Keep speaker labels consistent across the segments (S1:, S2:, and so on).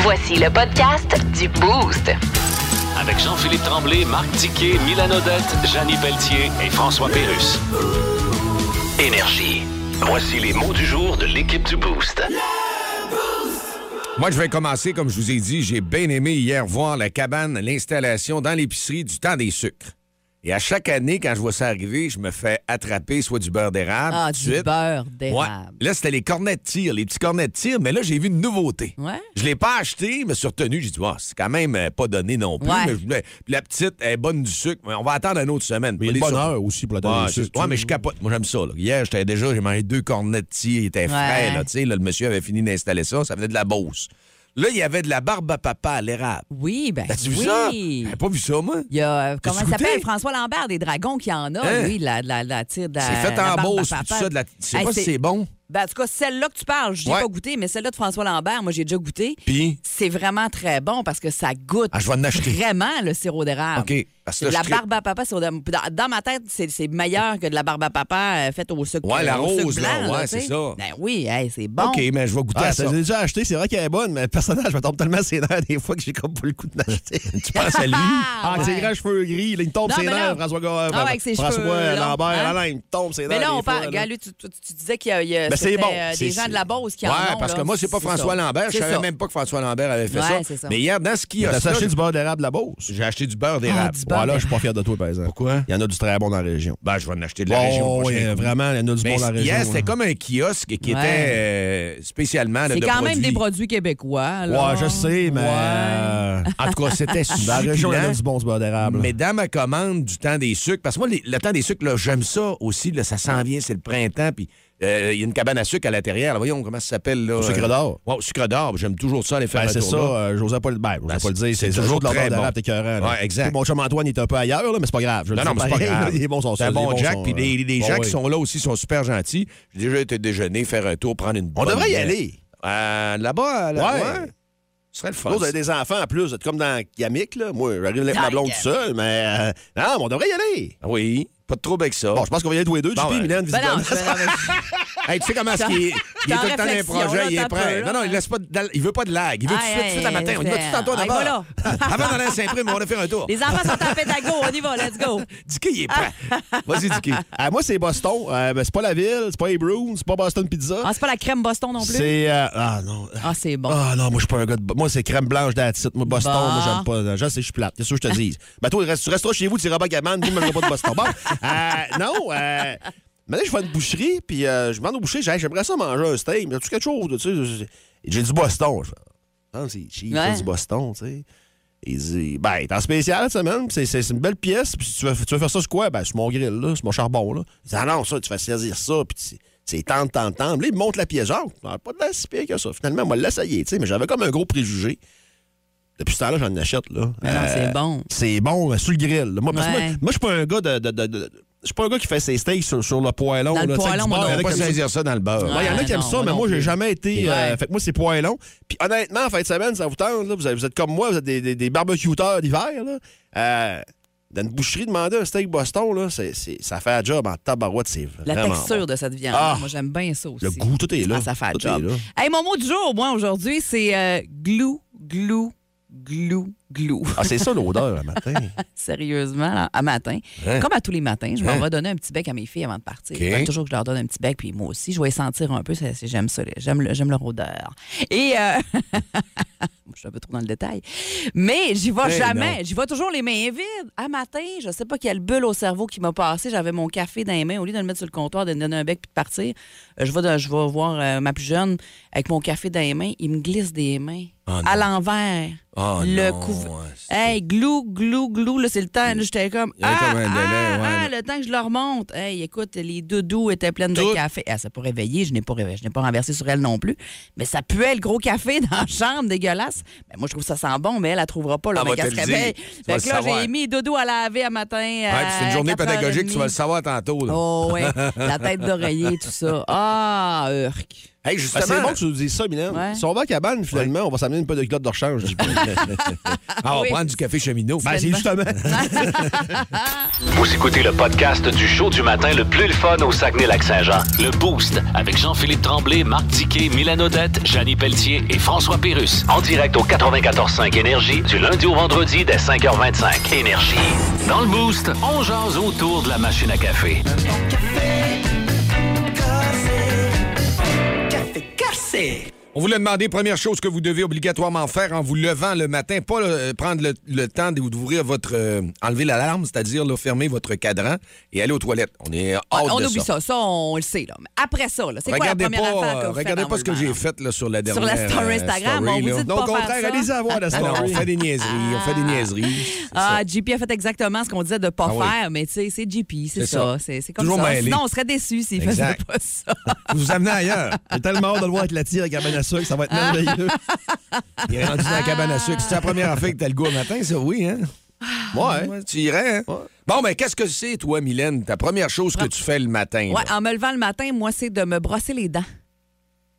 S1: Voici le podcast du Boost.
S2: Avec Jean-Philippe Tremblay, Marc Tiquet, Milan Odette, Janine Pelletier et François Pérus. Énergie. Voici les mots du jour de l'équipe du Boost.
S3: Moi, je vais commencer, comme je vous ai dit, j'ai bien aimé hier voir la cabane, l'installation dans l'épicerie du temps des sucres. Et à chaque année, quand je vois ça arriver, je me fais attraper soit du beurre d'érable.
S4: Ah,
S3: tout de
S4: du
S3: suite.
S4: beurre
S3: Ouais.
S4: d'érable.
S3: Là, c'était les cornets de tir, les petits cornets de tir, mais là, j'ai vu une nouveauté.
S4: Ouais.
S3: Je l'ai pas acheté, mais suis retenu. J'ai dit, Ah, c'est quand même euh, pas donné non plus.
S4: Ouais.
S3: mais je voulais- Puis la petite, elle est bonne du sucre, mais on va attendre une autre semaine.
S5: Mais il y a une
S3: Pas
S5: bonne
S3: des sur-
S5: heure aussi pour la
S3: Ouais,
S5: dame.
S3: c'est- ouais, mais je capote. Moi, j'aime ça. là. Hier, j'étais déjà, j'ai mangé deux cornets de tir, il était frais. Là, tu sais, là, le monsieur avait fini d'installer ça, ça venait de la Beauce. Là, il y avait de la barbe à papa à l'érable.
S4: Oui, ben
S3: T'as-tu
S4: oui.
S3: vu ça? J'avais pas vu ça, moi.
S4: Il y a, euh, comment
S3: T'as-tu
S4: il s'appelle,
S3: goûté?
S4: François Lambert, des dragons qui en a,
S3: Hein?
S4: lui, la, la, la tire de la-
S3: C'est fait
S4: la
S3: en
S4: barbe à
S3: Beauce, puis
S4: papa.
S3: tout ça. De la... Je sais
S4: Hey,
S3: pas si c'est bon.
S4: Ben, en tout cas, celle-là que tu parles, je n'ai
S3: Ouais.
S4: pas goûté, mais celle-là de François Lambert, moi, j'ai déjà goûté.
S3: Puis,
S4: C'est vraiment très bon parce que ça goûte
S3: Ah, je vais en acheter.
S4: vraiment le sirop d'érable.
S3: OK. Parce que
S4: C'est de
S3: là,
S4: la
S3: je tripe.
S4: barbe à papa, sirop d'érable. dans, dans ma tête, c'est c'est meilleur que de la barbe à papa euh, faite au sucre.
S3: Ouais, la
S4: au sucre
S3: rose, là,
S4: blanc,
S3: ouais,
S4: tu sais.
S3: c'est ça.
S4: Ben oui, hey, c'est bon.
S3: OK, mais je vais goûter à
S5: Ah,
S3: ça.
S5: ça, j'ai déjà acheté, c'est vrai qu'elle est bonne, mais le personnage me tombe tellement ses nerfs des fois que j'ai comme pas le coup de l'acheter. tu penses à lui? Ah, avec ses
S4: ouais.
S5: grands cheveux gris, là, il me tombe
S4: Non,
S5: ses
S4: mais là-
S5: nerfs, François Gauguin,
S4: Ah, ouais, avec ses
S5: François
S4: cheveux longs,
S5: Lambert,
S4: hein?
S5: ah, là, il me tombe ses nerfs.
S4: Mais là, on
S5: des
S4: parle.
S5: fois,
S4: Regarde, lui, tu, tu- tu disais qu'il y a, il y a-
S5: Ben, c'est
S4: c'était,
S5: bon.
S4: euh, des
S5: C'est-
S4: gens de la Beauce qui
S3: ouais,
S4: en ont.
S3: parce
S4: là.
S3: que moi, c'est pas
S4: C'est
S3: François
S4: ça.
S3: Lambert. Je
S4: C'est
S3: savais
S4: ça.
S3: même pas que François Lambert avait fait
S4: Ouais,
S3: ça.
S4: c'est ça. Ah,
S3: Mais hier, dans ce
S5: Mais
S3: kiosque,
S5: T'as acheté du beurre d'érable de la Beauce?
S3: j'ai acheté du beurre d'érable.
S4: du beurre
S5: Voilà,
S4: d'érable.
S5: je suis pas fier de toi, par exemple.
S3: Pourquoi?
S5: Il y en a du très bon dans la région.
S3: Ben, je vais en acheter de la
S5: Oh,
S3: région.
S5: oui,
S3: prochaine.
S5: vraiment, il y en a du
S3: Mais
S5: bon dans la région.
S3: Ben,
S5: hein.
S3: hier, c'était
S5: ouais.
S3: comme un kiosque qui
S4: Ouais.
S3: était euh, spécialement là,
S4: C'est
S3: de
S4: quand même
S3: produits.
S4: des produits québécois. là.
S5: Ouais, je sais, mais.
S4: Ouais.
S5: euh,
S3: En tout cas, c'était
S5: Dans la région, il y en
S3: Ah,
S5: a
S3: succulent.
S5: du bon ce beurre d'érable.
S3: Mais dans ma commande du temps des sucres, parce que moi, les- le temps des sucres, là, j'aime ça aussi, là, ça s'en vient, c'est le printemps, puis euh, il y a une cabane à sucre à l'intérieur. là, Voyons comment ça s'appelle. Là,
S5: Au sucre d'or.
S3: Ouais, au sucre d'or, j'aime toujours ça, les faire
S5: Ben, c'est ça, euh, j'osais pas le ben, j'osais
S3: Ben,
S5: pas le
S3: c'est-
S5: dire. C'est
S3: c'est
S5: toujours de
S3: toujours
S5: la
S3: très
S5: barbe d'érable,
S3: bon.
S5: t'es écœurant, là.
S3: Ouais, exact.
S5: Tu sais, Mon chum Antoine, il est un peu ailleurs, là, mais c'est pas grave. Je le
S3: Non, non,
S5: dis
S3: mais c'est pas
S5: pareil, là,
S3: grave.
S5: Les bons sont
S3: C'est un
S5: les
S3: bon
S5: bons
S3: Jack,
S5: sont,
S3: puis des,
S5: euh,
S3: des
S5: bon,
S3: gens
S5: oui.
S3: qui sont là aussi sont super gentils. J'ai déjà été déjeuner, faire un tour, prendre une
S5: On
S3: bonne
S5: devrait y
S3: bière.
S5: aller.
S3: Euh, là-bas, à la-
S5: Ouais.
S3: Ce serait le fun.
S5: Vous autres, vous avez des enfants en plus, vous êtes comme dans Yamik, là. Moi, j'arrive avec ma blonde tout seul, mais. euh, non, mais on devrait y aller.
S3: ça. Oui, pas de trouble avec ça.
S5: Bon, je pense qu'on va y aller tous les deux.
S3: Bon,
S5: JP,
S3: ben,
S5: Mylène,
S4: Ben non,
S5: visiblement.
S4: je- non, mais-
S3: Hey, tu sais comment est-ce qu'il est, il est
S4: T'es en
S3: tout le temps dans les
S4: réflexion,
S3: projets,
S4: là,
S3: il est
S4: t'as
S3: prêt.
S4: peur, là.
S3: Non, non, il laisse pas de, la- il veut pas de lag. Il veut tout de
S4: Aïe,
S3: suite, tout de
S4: aïe,
S3: suite, à matin. On y va tout de suite en toi
S4: aïe,
S3: d'abord.
S4: voilà.
S3: Avant d'aller à Saint-Prime, on va faire un tour.
S4: Les enfants sont en pédago, on y va, let's go.
S3: Dicky, il est prêt. Vas-y, Dicky.
S5: Ah, moi, c'est Boston. Euh, ben, c'est pas la ville, c'est pas les Bruins, c'est pas Boston Pizza.
S4: Ah, c'est pas la crème Boston non plus?
S5: C'est. euh, ah, non.
S4: Ah, c'est bon.
S5: Ah non, moi je suis pas un gars de. Moi c'est crème blanche d'attitude. Moi Boston,
S4: Bon.
S5: moi j'aime pas. Je sais, je suis plate. Qu'est-ce que je te dis? ben toi, reste- tu resteras chez vous, tu iras pas gamin, vous ne mangerez pas de Boston. Bon, euh, non, euh, mais là je vais à une boucherie, puis euh, je demande au boucher, j'ai- j'aimerais ça manger un steak, mais tu quelque chose, tu sais? J'ai du Boston. Je fais, Ah, c'est cheap,
S4: Ouais.
S5: c'est du Boston, tu sais. Il dit, ben, t'es en spécial cette semaine, c'est- c'est c'est une belle pièce, puis tu veux, tu veux faire ça sur quoi? Ben, sur mon grill, là, sur mon charbon, là. Il dit, ah non, ça, tu vas saisir ça, puis tu- c'est tant, tant, tant. Là, il me montre la pièce, genre, Ah, pas de la si pire que ça. Finalement, moi, l'essayer, tu sais, mais j'avais comme un gros préjugé. Depuis ce temps-là, j'en achète, là.
S3: Ah,
S4: Mais
S5: Euh,
S4: non, c'est bon.
S5: C'est bon, euh, sur le grill. là. Moi, parce que
S4: Ouais.
S5: moi, moi, je suis pas un gars de. de- de- de- je suis pas un gars qui fait ses steaks sur, sur le poêlon.
S4: Dans le
S5: là, tu sais, avec
S4: poêlon,
S5: du
S4: moi,
S5: beurre,
S4: non.
S3: On va
S5: avec
S3: pas
S5: comme ça.
S3: saisir ça dans le beurre.
S5: Il y en a
S4: Ouais,
S5: qui aiment
S4: non,
S5: ça,
S4: moi
S5: mais
S4: non
S5: moi, j'ai
S4: plus.
S5: jamais été. euh,
S4: Ouais.
S5: fait que moi, c'est poêlon. Puis honnêtement, en fin de semaine, ça vous tente. là, vous, êtes, vous êtes comme moi, vous êtes des, des, des barbecuteurs d'hiver. là. Euh, dans une boucherie, demander un steak Boston, là, c'est- c'est- ça fait un job en tabarouette. C'est
S4: La
S5: vraiment
S4: texture
S5: bon.
S4: de cette viande.
S5: Ah.
S4: Moi, j'aime bien ça aussi.
S5: Le goût, tout est là.
S4: Ah, ça fait le
S5: Tout est
S4: job.
S5: là.
S4: Hey, mon mot du jour, moi, aujourd'hui, c'est euh, glou, glou, glou, glou.
S5: Ah, c'est ça l'odeur le matin.
S4: Sérieusement, là, à matin.
S3: Hein?
S4: Comme à tous les matins, je m'en
S3: Hein?
S4: vais donner un petit bec à mes filles avant de partir.
S3: OK.
S4: Il faut toujours que je leur donne un petit bec, puis moi aussi, je vais les sentir un peu. ça, c'est- J'aime ça, les- j'aime le- j'aime leur odeur. Et. euh, je suis un peu trop dans le détail. Mais j'y vais
S3: Eh
S4: jamais. J'y vais toujours les mains vides. À matin, je sais pas quelle bulle au cerveau qui m'a passé. J'avais mon café dans les mains. Au lieu de le mettre sur le comptoir, de me donner un bec puis de partir, euh, je vais, dans- je vais voir euh, ma plus jeune avec mon café dans les mains. Il me glisse des mains. à l'envers.
S3: Oh
S4: le
S3: non,
S4: couv-
S3: c'est-
S4: Hey, glou, glou, glou. Là, c'est le temps. Là, J'étais comme.
S3: Il y a
S4: Ah,
S3: comme un délai,
S4: ah,
S3: ouais,
S4: ah, le temps que je leur monte. Hey, écoute, les doudous étaient pleines
S3: Tout-
S4: de café. Elle s'est pas réveillée. Je n'ai pas réveillé. Je n'ai pas renversé sur elle non plus. Mais ça puait le gros café dans la chambre, dégueulasse. Ben, moi, je trouve ça sent bon, mais elle, elle trouvera pas. Là,
S3: Elle
S4: mais
S3: va
S4: qu'elle
S3: Ah, te
S4: se
S3: le dire.
S4: réveille.
S3: Tu vas
S4: Fait
S3: le
S4: que là,
S3: savoir.
S4: j'ai mis doudou à laver à matin. euh,
S3: Ouais, puis c'est une journée pédagogique, tu vas le savoir tantôt. là.
S4: Oh, ouais. La tête d'oreiller, tout ça. Ah, urk.
S3: Hey,
S5: Ben,
S3: justement.
S5: c'est bon que tu nous dises ça, Mylène.
S4: Ouais.
S5: Si on va à cabane, finalement, on va s'amener une pote de culotte de rechange. je dis pas.
S3: Ah, on va
S4: Oui.
S3: prendre du café cheminot.
S5: Ben, c'est justement.
S2: Vous écoutez le podcast du show du matin le plus le fun au Saguenay-Lac-Saint-Jean. Le Boost avec Jean-Philippe Tremblay, Marc Tiquet, Milan Odette, Janine Pelletier et François Pérus. En direct au 94.5 Énergie du lundi au vendredi dès 5h25. Énergie. Dans le Boost, on jase autour de la machine à café.
S3: On vous l'a demandé, première chose que vous devez obligatoirement faire en vous levant le matin, pas euh, prendre le, le temps de- d'ouvrir votre. euh, enlever l'alarme, c'est-à-dire là, fermer votre cadran et aller aux toilettes. On est hâte
S4: on
S3: de
S4: oublie ça. ça, on le sait. Là. Mais Après ça, là, c'est quoi la
S3: Regardez
S4: première
S3: pas,
S4: affaire que
S3: euh,
S4: vous
S3: regardez
S4: faites
S3: pas ce que
S4: en
S3: j'ai
S4: enlevant?
S3: fait là, sur la
S4: Sur
S3: dernière.
S4: la story
S3: euh,
S4: Instagram,
S3: story,
S4: on vous
S3: là.
S4: dit de
S5: Non, au
S4: pas faire
S5: contraire,
S4: ça.
S5: allez-y avoir la
S3: Ah non, on
S5: story.
S3: fait des niaiseries, on fait des niaiseries. c'est ça.
S4: Ah, JP a fait exactement ce qu'on disait de pas
S3: Ah oui.
S4: faire, mais tu sais, c'est JP, c'est
S3: C'est
S4: ça.
S3: ça.
S4: C'est c'est comme
S3: Toujours
S4: ça.
S3: mêlé.
S4: Sinon, on serait déçus s'il faisait
S3: Exact.
S4: pas ça.
S5: Vous vous amenez ailleurs. J'ai tellement hâte de le voir avec la tire à cabane à sucre, ça va être merveilleux.
S3: Il est rendu dans la cabane à sucre. C'est la première affaire que t'as le goût au matin, ça, oui, hein?
S4: Ah,
S5: Ouais.
S3: Ouais, tu irais, hein? Bon, mais qu'est-ce que c'est, toi, Mylène, ta première chose que tu fais le matin? là?
S4: Ouais, en me levant le matin, moi, c'est de me brosser les dents.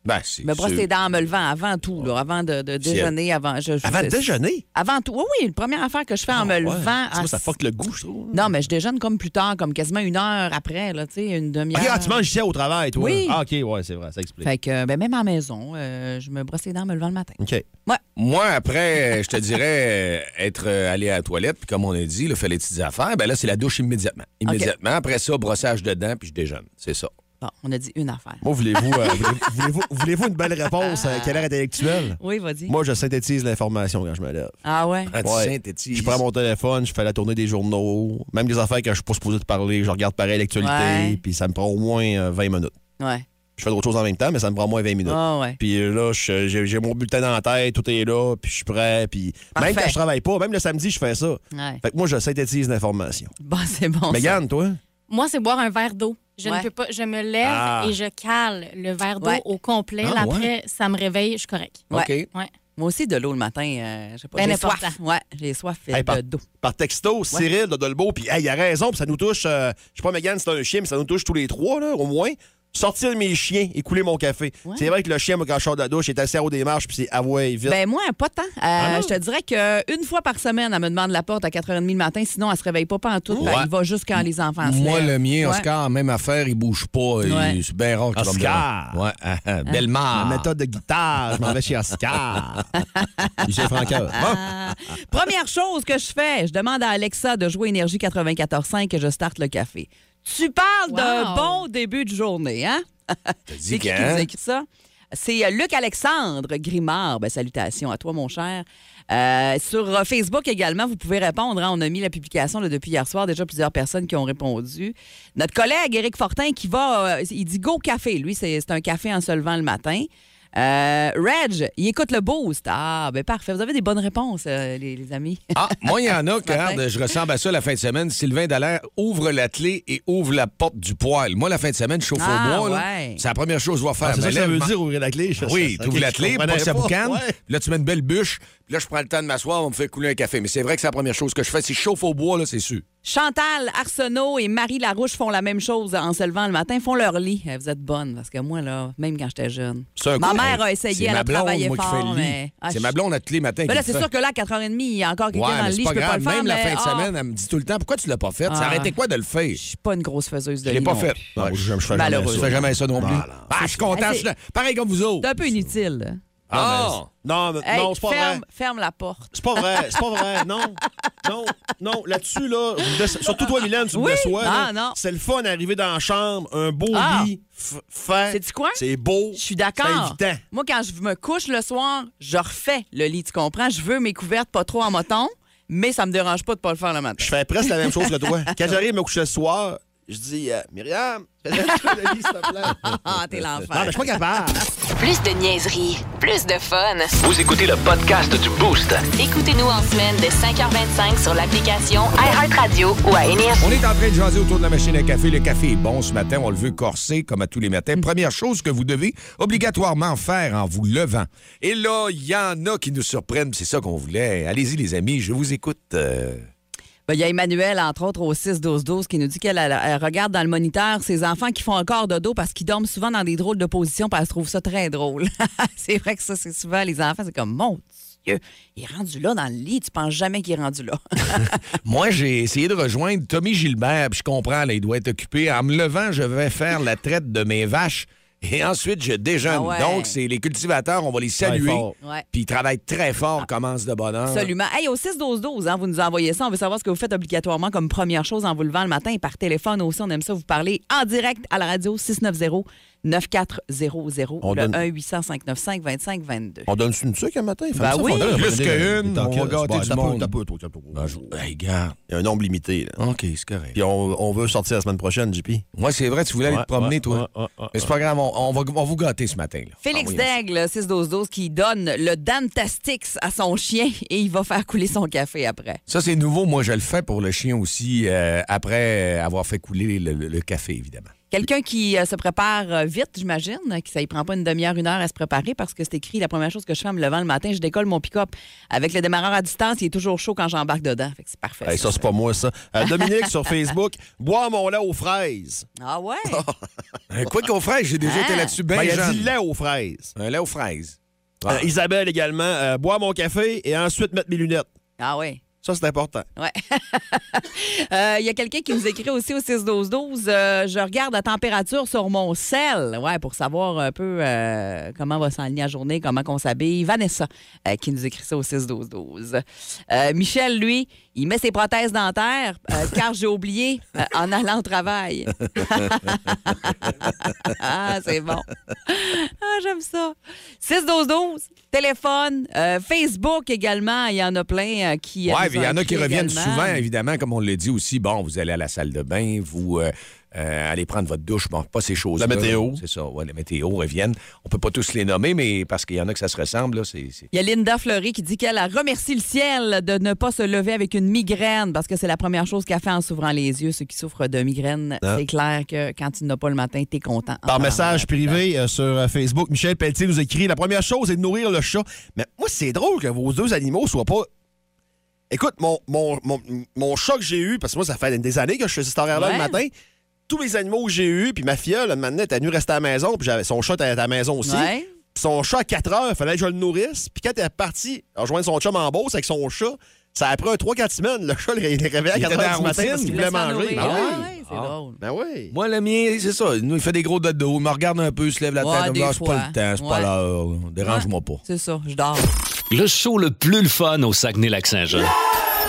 S3: Ben, c'est
S4: Me brosser
S3: c'est-
S4: les dents en me levant avant tout, là, avant de, de déjeuner, avant. je- je-
S5: Avant de déjeuner.
S4: Avant tout. Oh Oui, oui, la première affaire que je fais en me
S5: Ouais.
S4: levant.
S5: Tu vois,
S4: ah,
S5: ça fuck le goût, je trouve.
S4: Non, mais je déjeune comme plus tard, comme quasiment une heure après, là, tu sais, une demi-heure.
S5: Ok, ah, tu manges ici au travail, toi.
S4: Oui.
S5: Ah, ok, ouais, c'est vrai, ça explique.
S4: Fait que, ben, même en maison, euh, je me brosse les dents en me levant le matin.
S5: OK.
S4: Ouais.
S3: Moi, après, euh, je te dirais euh, être euh, allé à la toilette, puis comme on a dit, là, fait les petites affaires, ben là, c'est la douche immédiatement. Immédiatement. Après ça, brossage de dents, puis je déjeune. C'est ça.
S4: Bon, on a dit une affaire.
S5: Moi, voulez-vous euh, voulez- voulez-vous voulez-vous une belle réponse euh, qui a l'air intellectuelle?
S4: Oui, vas-y.
S5: Moi, je synthétise l'information quand je me lève.
S4: Ah ouais?
S3: Ah, tu
S5: Ouais.
S3: synthétises.
S5: Je prends mon téléphone, je fais la tournée des journaux, même des affaires que je suis pas supposé de parler, je regarde pareil
S4: Ouais.
S5: l'actualité, puis ça me prend au moins euh, 20 minutes.
S4: Ouais.
S5: Je fais d'autres choses en même temps, mais ça me prend au moins 20 minutes.
S4: Ah ouais.
S5: Puis euh, là, je- j'ai j'ai mon bulletin dans la tête, tout est là, puis je suis prêt, puis
S4: Parfait.
S5: même quand je travaille pas, même le samedi, je fais ça.
S4: Ouais.
S5: Fait que moi, je synthétise l'information.
S4: Bon, c'est bon.
S5: Mais
S4: ça.
S5: Yann, toi?
S6: Moi, c'est boire un verre d'eau. Je
S4: Ouais.
S6: ne peux pas. Je me lève
S5: Ah.
S6: et je cale le verre d'eau
S4: Ouais.
S6: au complet.
S3: Ah,
S6: Après, ça me réveille, je suis correct.
S4: Ouais.
S3: OK.
S6: Ouais.
S4: Moi aussi, de l'eau le matin, euh, je sais pas.
S6: Ben,
S4: j'ai
S6: n'importe
S4: soif.
S6: quand.
S4: Ouais, j'ai soif euh,
S5: Hey, par,
S4: de d'eau.
S5: par texto, Cyril de Dolbeau, puis hey, il a raison, puis ça nous touche. euh, je sais pas, Megan, c'est un chien, mais ça nous touche tous les trois, là, au moins. Sortir mes chiens et couler mon café. C'est vrai que le chien, moi, quand je sors de la douche, il est assez haut des marches, puis c'est ah ouais, vite.
S4: Ben moi, pas tant. Euh,
S3: Ah
S4: je te dirais qu'une fois par semaine, elle me demande la porte à 4h30 le matin, sinon elle se réveille pas pantoute. tout.
S3: Ouais.
S4: Elle va juste quand les enfants se
S3: Moi, le
S4: lèvent.
S3: mien,
S4: Ouais.
S3: Oscar, même affaire, il bouge pas. Il-
S4: Ouais. Hein?
S3: C'est bien rare qu'il va me
S5: Oscar!
S3: dire. Ouais, ah, ah,
S5: La
S3: Bellemare.
S5: méthode de guitare, je m'en vais chez Oscar. Ah, Michel Francaire. Bon.
S4: Première chose que je fais, je demande à Alexa de jouer Énergie 94.5 et je starte le café. Tu parles d'un
S6: Wow.
S4: bon début de journée, hein?
S3: T'as dit
S4: C'est qui qui
S3: quand?
S4: nous a écrit ça? C'est euh, Luc Alexandre Grimard. Ben, salutations à toi, mon cher. Euh, sur euh, Facebook également, vous pouvez répondre. hein. On a mis la publication là, depuis hier soir. Déjà plusieurs personnes qui ont répondu. Notre collègue Éric Fortin qui va, euh, il dit go café. Lui, c'est c'est un café en se levant le matin. Euh, Reg, il écoute le boost. Ah, ben parfait. Vous avez des bonnes réponses, euh, les, les amis.
S3: Ah, moi, il y en a, que,
S4: matin.
S3: regarde, je ressemble à ça la fin de semaine. Sylvain Dallaire ouvre la clé et ouvre la porte du poêle. Moi, la fin de semaine, je chauffe
S4: Ah,
S3: au bois. là.
S4: ouais.
S3: C'est la première chose que je vais faire.
S5: Ah, c'est ça
S3: Mais
S5: que ça
S3: là,
S5: veut
S3: m'en-
S5: dire ouvrir la clé. je-
S3: Oui,
S5: ok,
S3: tu ouvres la
S5: je
S3: clé,
S5: comprenais
S3: passe la
S5: pas.
S3: boucane,
S5: Ouais.
S3: puis là, tu mets une belle bûche, puis là, je prends le temps de m'asseoir, on me fait couler un café. Mais c'est vrai que c'est la première chose que je fais. Si je chauffe au bois, là, c'est sûr.
S4: Chantal Arsenault et Marie Larouche font la même chose en se levant le matin, font leur lit. Eh, Vous êtes bonnes, parce que moi, là, même quand j'étais jeune.
S3: C'est un
S4: Ma
S3: coup.
S4: mère a
S3: Hey,
S4: essayé,
S3: c'est
S4: elle
S3: ma
S4: a
S3: blonde,
S4: travaillé
S3: moi, qui fait le
S4: fort.
S3: lit.
S4: mais- Ah,
S3: C'est
S4: je-
S3: ma blonde à tous les matins.
S4: Mais
S3: qui
S4: là,
S3: le
S4: c'est
S3: fait.
S4: sûr que là, à 4h30, il y a encore quelqu'un
S3: Ouais,
S4: dans
S3: mais
S4: le
S3: c'est
S4: lit,
S3: pas
S4: je peux pas
S3: grave.
S4: le faire.
S3: Même la
S4: mais-
S3: fin de
S4: ah,
S3: semaine, elle me dit tout le temps Pourquoi tu l'as pas fait
S4: Ah.
S3: Ça arrêtait quoi de le faire
S4: Je suis pas une grosse faiseuse de
S3: Je l'ai
S4: lit
S3: pas
S4: non
S3: fait.
S4: plus.
S5: Non, moi, je fais jamais
S4: Malheureux.
S5: ça.
S3: Je fais jamais ça non plus.
S5: Voilà.
S3: Ah, je suis content.
S4: Hey,
S3: je suis là- Pareil comme vous autres.
S4: C'est un peu inutile. là.
S3: Ah!
S5: Non, mais-
S4: Hey,
S5: non, c'est pas vrai.
S4: ferme, ferme la porte.
S5: C'est pas vrai, c'est pas vrai, non. Non, non, là-dessus, là, je vous déce- surtout toi, Mylène, tu
S4: Oui.
S5: me déçois.
S4: Ah,
S5: là.
S4: non.
S5: C'est le fun d'arriver dans la chambre, un beau
S4: Ah.
S5: lit, f- fin.
S4: Sais-tu quoi?
S5: C'est beau.
S4: Je suis d'accord.
S5: C'est évident.
S4: Moi, quand je me couche le soir, je refais le lit, tu comprends? Je veux mes couvertes pas trop en moton, mais ça me dérange pas de pas le faire le matin.
S5: Je fais presque la même chose que toi. Quand j'arrive à me coucher le soir, je dis euh, Myriam, fais le lit, s'il te plaît.
S4: Ah, t'es
S5: Non, mais je
S4: l'enfer.
S5: suis pas capable.
S1: Plus de niaiserie, plus de fun.
S2: Vous écoutez le podcast du Boost.
S1: Écoutez-nous en semaine de 5h25 sur l'application iHeartRadio ou à Énergie.
S3: On est en train de jaser autour de la machine à café. Le café est bon ce matin. On le veut corsé comme à tous les
S5: Mm.
S3: matins. Première chose que vous devez obligatoirement faire en vous levant. Et là, il y en a qui nous surprennent. C'est ça qu'on voulait. Allez-y, les amis. Je vous écoute. euh.
S4: Ben, Il y a Emmanuel, entre autres, au 6-12-12, qui nous dit qu'elle elle- elle regarde dans le moniteur ses enfants qui font un corps de dos parce qu'ils dorment souvent dans des drôles de positions, parce elle trouve ça très drôle. c'est vrai que ça, c'est souvent les enfants, c'est comme, mon Dieu, il est rendu là dans le lit, tu penses jamais qu'il est rendu là.
S3: Moi, j'ai essayé de rejoindre Tommy Gilbert, puis je comprends, là, il doit être occupé. En me levant, je vais faire la traite de mes vaches. Et ensuite, je déjeune.
S4: Ah ouais.
S3: Donc, c'est les cultivateurs, on va les saluer.
S5: fort.
S4: Ouais.
S3: Puis ils travaillent très fort, commencent de bonne heure.
S4: Absolument. Hey, au 6-12-12, hein, vous nous envoyez ça. On veut savoir ce que vous faites obligatoirement comme première chose en vous levant le matin et par téléphone aussi. On aime ça vous parler en direct à la radio 690-9400,
S5: On
S4: le
S5: donne-
S4: 1-800-595-2522.
S5: On donne une sucre un matin? euh,
S4: Ben oui.
S3: Plus qu'une, on va gâter du monde.
S5: Ben, Il
S3: Ah, je- Hey, gars.
S5: y a un nombre limité. là.
S3: OK, c'est correct.
S5: Puis on, on veut sortir la semaine prochaine, JP.
S3: Moi, c'est vrai, tu voulais aller
S5: Ouais,
S3: te promener,
S5: ouais,
S3: toi.
S5: ouais, ouais, ouais,
S3: Mais c'est pas grave, on, on va, on va vous gâter ce matin. là.
S4: Félix
S3: Ah oui,
S4: Daigle, 6-12-12, qui donne le Dantastix à son chien et il va faire couler son café après.
S3: Ça, c'est nouveau. Moi, je le fais pour le chien aussi, euh, après avoir fait couler le, le- le café, évidemment.
S4: Quelqu'un qui euh, se prépare euh, vite, j'imagine, euh, qui ça y prend pas une demi-heure, une heure à se préparer parce que c'est écrit la première chose que je fais en me levant le matin, je décolle mon pick-up avec le démarreur à distance, il est toujours chaud quand j'embarque dedans. Fait que c'est
S3: Ben,
S4: parfait.
S5: Hey, ça, c'est pas moi, ça. Euh, Dominique sur Facebook, bois mon lait aux fraises.
S4: Ah ouais?
S3: Euh, Quoi qu'on fraise, j'ai déjà
S4: Ah.
S3: été là-dessus bien
S5: Ben, il a
S3: jeune.
S5: dit lait aux fraises.
S3: Un lait aux fraises.
S5: Euh, Isabelle également, euh, bois mon café et ensuite mettre mes lunettes.
S4: ah ouais.
S5: Ça, c'est important.
S4: Ouais. Euh, Il y a quelqu'un qui nous écrit aussi au 6-12-12. euh, je regarde la température sur mon sel. Ouais, pour savoir un peu euh, comment va s'enligner la journée, comment qu'on s'habille. Vanessa euh, qui nous écrit ça au 6-12-12. Euh, Michel, lui, il met ses prothèses dentaires euh, car j'ai oublié euh, en allant au travail. ah, c'est bon. Ah, j'aime ça. 6-12-12, téléphone, euh, Facebook également. Il y en a plein euh, qui. euh,
S3: Ouais,
S4: nous
S3: puis il y
S4: ont
S3: en a qui
S4: écrit
S3: reviennent
S4: également.
S3: souvent, évidemment, comme on le dit aussi. Bon, vous allez à la salle de bain, vous euh, euh, allez prendre votre douche, bon, pas ces choses-là.
S5: La météo.
S3: C'est ça, ouais, les météos reviennent. On peut pas tous les nommer, mais parce qu'il y en a que ça se ressemble, là, c'est... c'est-
S4: Il y a Linda Fleury qui dit qu'elle a remercié le ciel de ne pas se lever avec une migraine parce que c'est la première chose qu'elle fait en s'ouvrant les yeux. Ceux qui souffrent de migraine,
S5: Ah.
S4: c'est clair que quand tu n'as pas le matin, t'es content.
S5: Par
S4: Ah,
S5: message
S4: ouais.
S5: privé euh, sur euh, Facebook, Michel Pelletier nous écrit La première chose est de nourrir le chat. Mais moi, c'est drôle que vos deux animaux soient pas. Écoute, mon, mon, mon, mon chat que j'ai eu, parce que moi, ça fait des années que je fais cet horaire-là
S4: Ouais.
S5: le matin, tous les animaux que j'ai eu, puis ma filleule, un moment donné, elle était venue rester à la maison, puis j'avais son chat était à la maison aussi.
S4: Ouais.
S5: Puis son chat, à 4 heures, il fallait que je le nourrisse. Puis quand elle est partie rejoindre son chum en Beauce avec son chat, ça a pris 3-4 semaines. Le chat, il est réveillé à
S3: Il
S5: 4
S3: était dans
S5: heures
S3: la
S5: du matin
S3: routine.
S5: parce qu'il
S3: Il
S5: voulait
S4: Laisse-en
S5: manger.
S4: nourrir.
S5: Ben
S4: Ah
S5: oui.
S4: ouais, c'est
S3: Ah.
S4: drôle.
S5: Ben oui.
S3: Moi, le mien, c'est ça. Nous, il fait des gros dodos. Il me regarde un peu, il se lève la
S4: Ouais,
S3: tête.
S4: des
S3: Là, c'est
S4: fois.
S3: pas le temps, c'est
S4: Ouais.
S3: pas l'heure. Dérange-moi pas.
S4: C'est ça, je dors.
S2: Le show le plus le fun au Saguenay-Lac-Saint-Jean.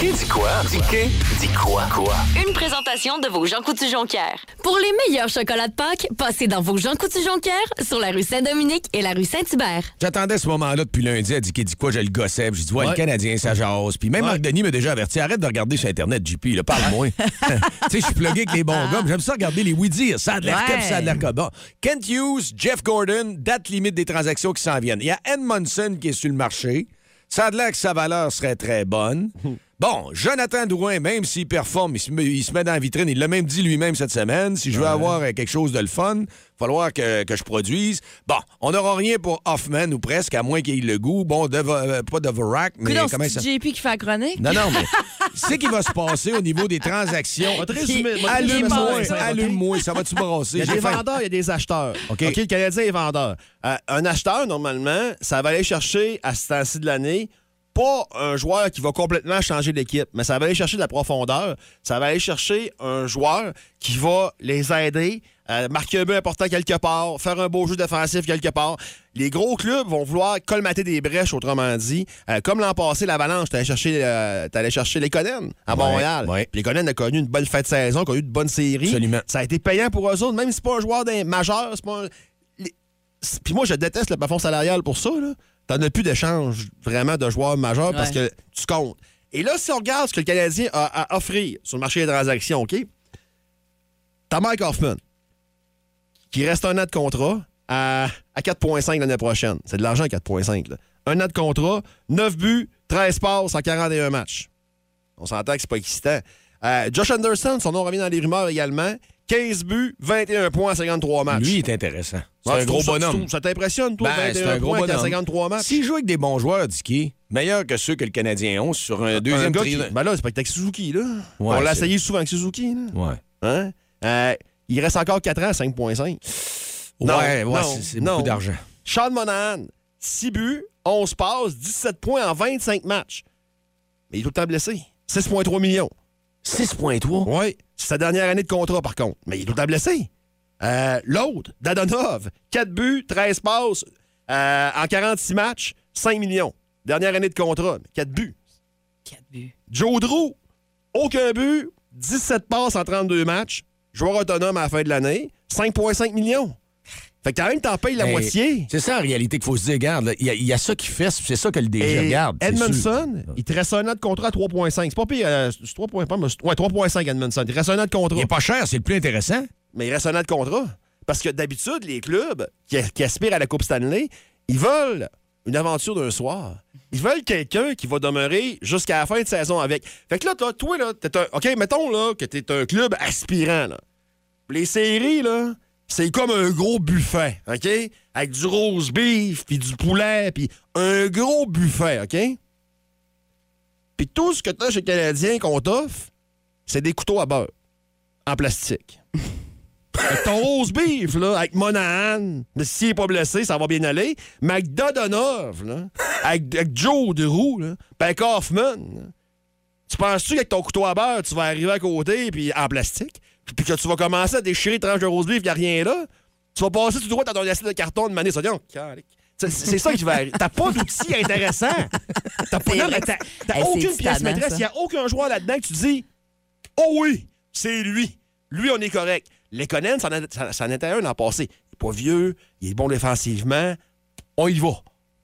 S2: Dis dis quoi? Dis dis quoi? Quoi?
S1: Une présentation de vos Jean Coutu Jonquière. Pour les meilleurs chocolats de Pâques, passez dans vos Jean Coutu Jonquière sur la rue Saint-Dominique et la rue Saint-Hubert.
S3: J'attendais ce moment-là depuis lundi à dit qu'il dit quoi, je le gossais. Puis J'ai dit, ouais, le
S5: Ouais.
S3: Canadien, ça jase. Puis même
S5: Ouais.
S3: Marc Denis m'a déjà averti, arrête de regarder sur Internet, JP, là, parle-moi. tu sais, je suis plugué avec les bons gars, mais j'aime ça regarder les oui-dire. Ça a de l'air
S4: Ouais.
S3: cap, ça a de l'air
S5: Mm.
S3: comme bon. Kent Hughes, Jeff Gordon, date limite des transactions qui s'en viennent. Il y a Edmondson qui est sur le marché. Ça a de l'air que sa valeur serait très bonne. Bon, Jonathan Drouin, même s'il performe, il se, met, il se met dans la vitrine. Il l'a même dit lui-même cette semaine. Si je veux avoir euh, quelque chose de le fun, falloir que, que je produise. Bon, on n'aura rien pour Hoffman ou presque, à moins qu'il ait le goût. Bon, de, euh, pas de Verac, mais
S4: Coudon,
S3: comment
S4: c'est
S3: ça...
S4: JP qui fait la chronique?
S3: Non, non, mais c'est qui va se passer au niveau des transactions.
S5: Va te résumer, va te résumer ça,
S3: Allume-moi,
S5: Vincent, ok?
S3: allume-moi, ça va-tu brasser?
S5: Il y a
S3: J'ai
S5: des
S3: faim.
S5: vendeurs, il y a des acheteurs.
S3: OK.
S5: le Canadien est vendeur. Euh, un acheteur, normalement, ça va aller chercher à ce temps-ci de l'année pas un joueur qui va complètement changer l'équipe, mais ça va aller chercher de la profondeur. Ça va aller chercher un joueur qui va les aider à marquer un but important quelque part, faire un beau jeu défensif quelque part. Les gros clubs vont vouloir colmater des brèches, autrement dit. Euh, comme l'an passé, l'Avalanche, t'allais chercher, euh, t'allais chercher les Conan à
S3: Ouais,
S5: Montréal.
S3: ouais.
S5: Puis les Conan ont connu une bonne fête de saison, ont eu de bonnes séries.
S3: Absolument.
S5: Ça a été payant pour eux autres, même si c'est pas un joueur d'un majeur, c'est pas un- les- c'est- Puis moi, je déteste le plafond salarial pour ça. Là. T'en as plus d'échange vraiment de joueurs majeurs parce que tu comptes. Et là, si on regarde ce que le Canadien a à offrir sur le marché des transactions, OK? T'as Mike Hoffman, qui reste un an de contrat à, à 4,5 l'année prochaine. C'est de l'argent, 4,5. là. Un an de contrat, 9 buts, 13 passes en 41 matchs. On s'entend que c'est pas excitant. Euh, Josh Anderson, son nom revient dans les rumeurs également, 15 buts, 21 points en 53 matchs.
S3: Lui, il est intéressant. C'est
S5: Ouais,
S3: un
S5: tu
S3: gros
S5: trouves ça- tu
S3: bonhomme.
S5: trouves- Ça t'impressionne, toi,
S3: Ben,
S5: 21 points en 53 matchs?
S3: S'il joue avec des bons joueurs, Dicky, meilleur que ceux que le Canadien ont sur un
S5: Un
S3: deuxième
S5: gars
S3: trio.
S5: qui- Ben là, c'est pas que avec Suzuki, là. On l'a
S3: c'est-
S5: essayé souvent avec Suzuki, là.
S3: Ouais.
S5: Hein? Euh, il reste encore 4 ans à 5,5.
S3: ouais,
S5: Non,
S3: ouais,
S5: non,
S3: c'est- c'est
S5: non.
S3: beaucoup d'argent.
S5: Sean Monahan, 6 buts, 11 passes, 17 points en 25 matchs. Mais il est tout le temps blessé. 6,3 millions.
S3: 6.3.
S5: Oui. C'est sa dernière année de contrat, par contre. Mais il est tout le temps blessé. Euh, L'autre, Dadonov, 4 buts, 13 passes euh, en 46 matchs, 5 millions. Dernière année de contrat, 4 buts.
S4: Quatre buts.
S5: Joe Drew, aucun but, 17 passes en 32 matchs, joueur autonome à la fin de l'année, 5,5 millions. Fait que quand même, t'en payes la
S3: Mais
S5: moitié.
S3: C'est ça en réalité qu'il faut se dire, regarde, là, il y, a- il y a ça qui fait, c'est ça que le DG
S5: Et
S3: regarde. c'est
S5: Edmondson,
S3: sûr.
S5: il te reste un an de contrat à 3,5. C'est pas pire. euh, c'est 3,5, mais c'est- ouais, 3,5 Edmondson. Il te reste un an de contrat.
S3: Il est pas cher, c'est le plus intéressant.
S5: mais il reste un an de contrat. Parce que d'habitude, les clubs qui, qui aspirent à la Coupe Stanley, ils veulent une aventure d'un soir. Ils veulent quelqu'un qui va demeurer jusqu'à la fin de saison avec. Fait que là, toi, toi là, t'es un. OK, mettons là, que t'es un club aspirant. Là. Les séries, là, c'est comme un gros buffet, OK? Avec du rose beef, puis du poulet, puis un gros buffet, OK? Puis tout ce que t'as chez le Canadien qu'on t'offre, c'est des couteaux à beurre en plastique. Avec ton rose beef, là, avec Monahan, mais s'il est pas blessé, ça va bien aller. Mais avec Dodonov, là, avec, avec Joe Drew, là, pis avec Hoffman, là, tu penses-tu qu'avec ton couteau à beurre, tu vas arriver à côté, puis en plastique, puis que tu vas commencer à déchirer tranche de rose beef, qu'il n'y a rien là? Tu vas passer tout droit dans ton assiette de carton de manée. Ça, donc, calique. C'est- c'est ça qui va arriver. T'as pas d'outils intéressants. T'as pas,
S4: C'est
S5: non,
S4: vrai
S5: mais
S4: que
S5: t'as- t'as
S4: Hey, c'est
S5: aucune pièce
S4: excitant,
S5: maîtresse.
S4: ça.
S5: Il n'y a aucun joueur là-dedans que tu dis Oh oui, c'est lui. Lui, on est correct. Lekonen, ça en était un l'an passé. Il est pas vieux, il est bon défensivement. On y va.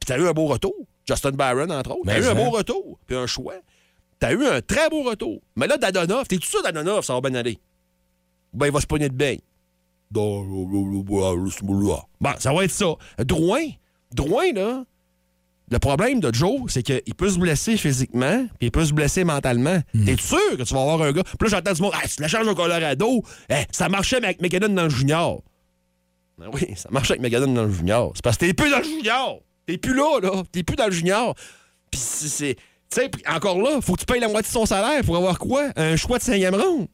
S5: Puis t'as eu un beau retour. Justin Barron, entre autres. T'as
S3: Mais
S5: eu un
S3: ça.
S5: beau retour, puis un choix. T'as eu un très beau retour. Mais là, Dadonov, t'es tout sûr Dadonov, ça va bien aller. Ben, il va se pogner de bain. Bon, ça va être ça. Drouin, Drouin, là, le problème de Joe, c'est qu'il peut se blesser physiquement, puis il peut se blesser mentalement. T'es sûr que tu vas avoir un gars? Puis là, j'entends du monde, hey, tu la changes au Colorado, Hey, ça marchait mais avec McKinnon dans le junior. Ben oui, ça marchait avec McKinnon dans le junior. C'est parce que t'es plus dans le junior. T'es plus là, là. T'es plus dans le junior. Puis c'est- c'est. Tu sais, puis encore là, faut que tu payes la moitié de son salaire pour avoir quoi? Un choix de 5e ronde.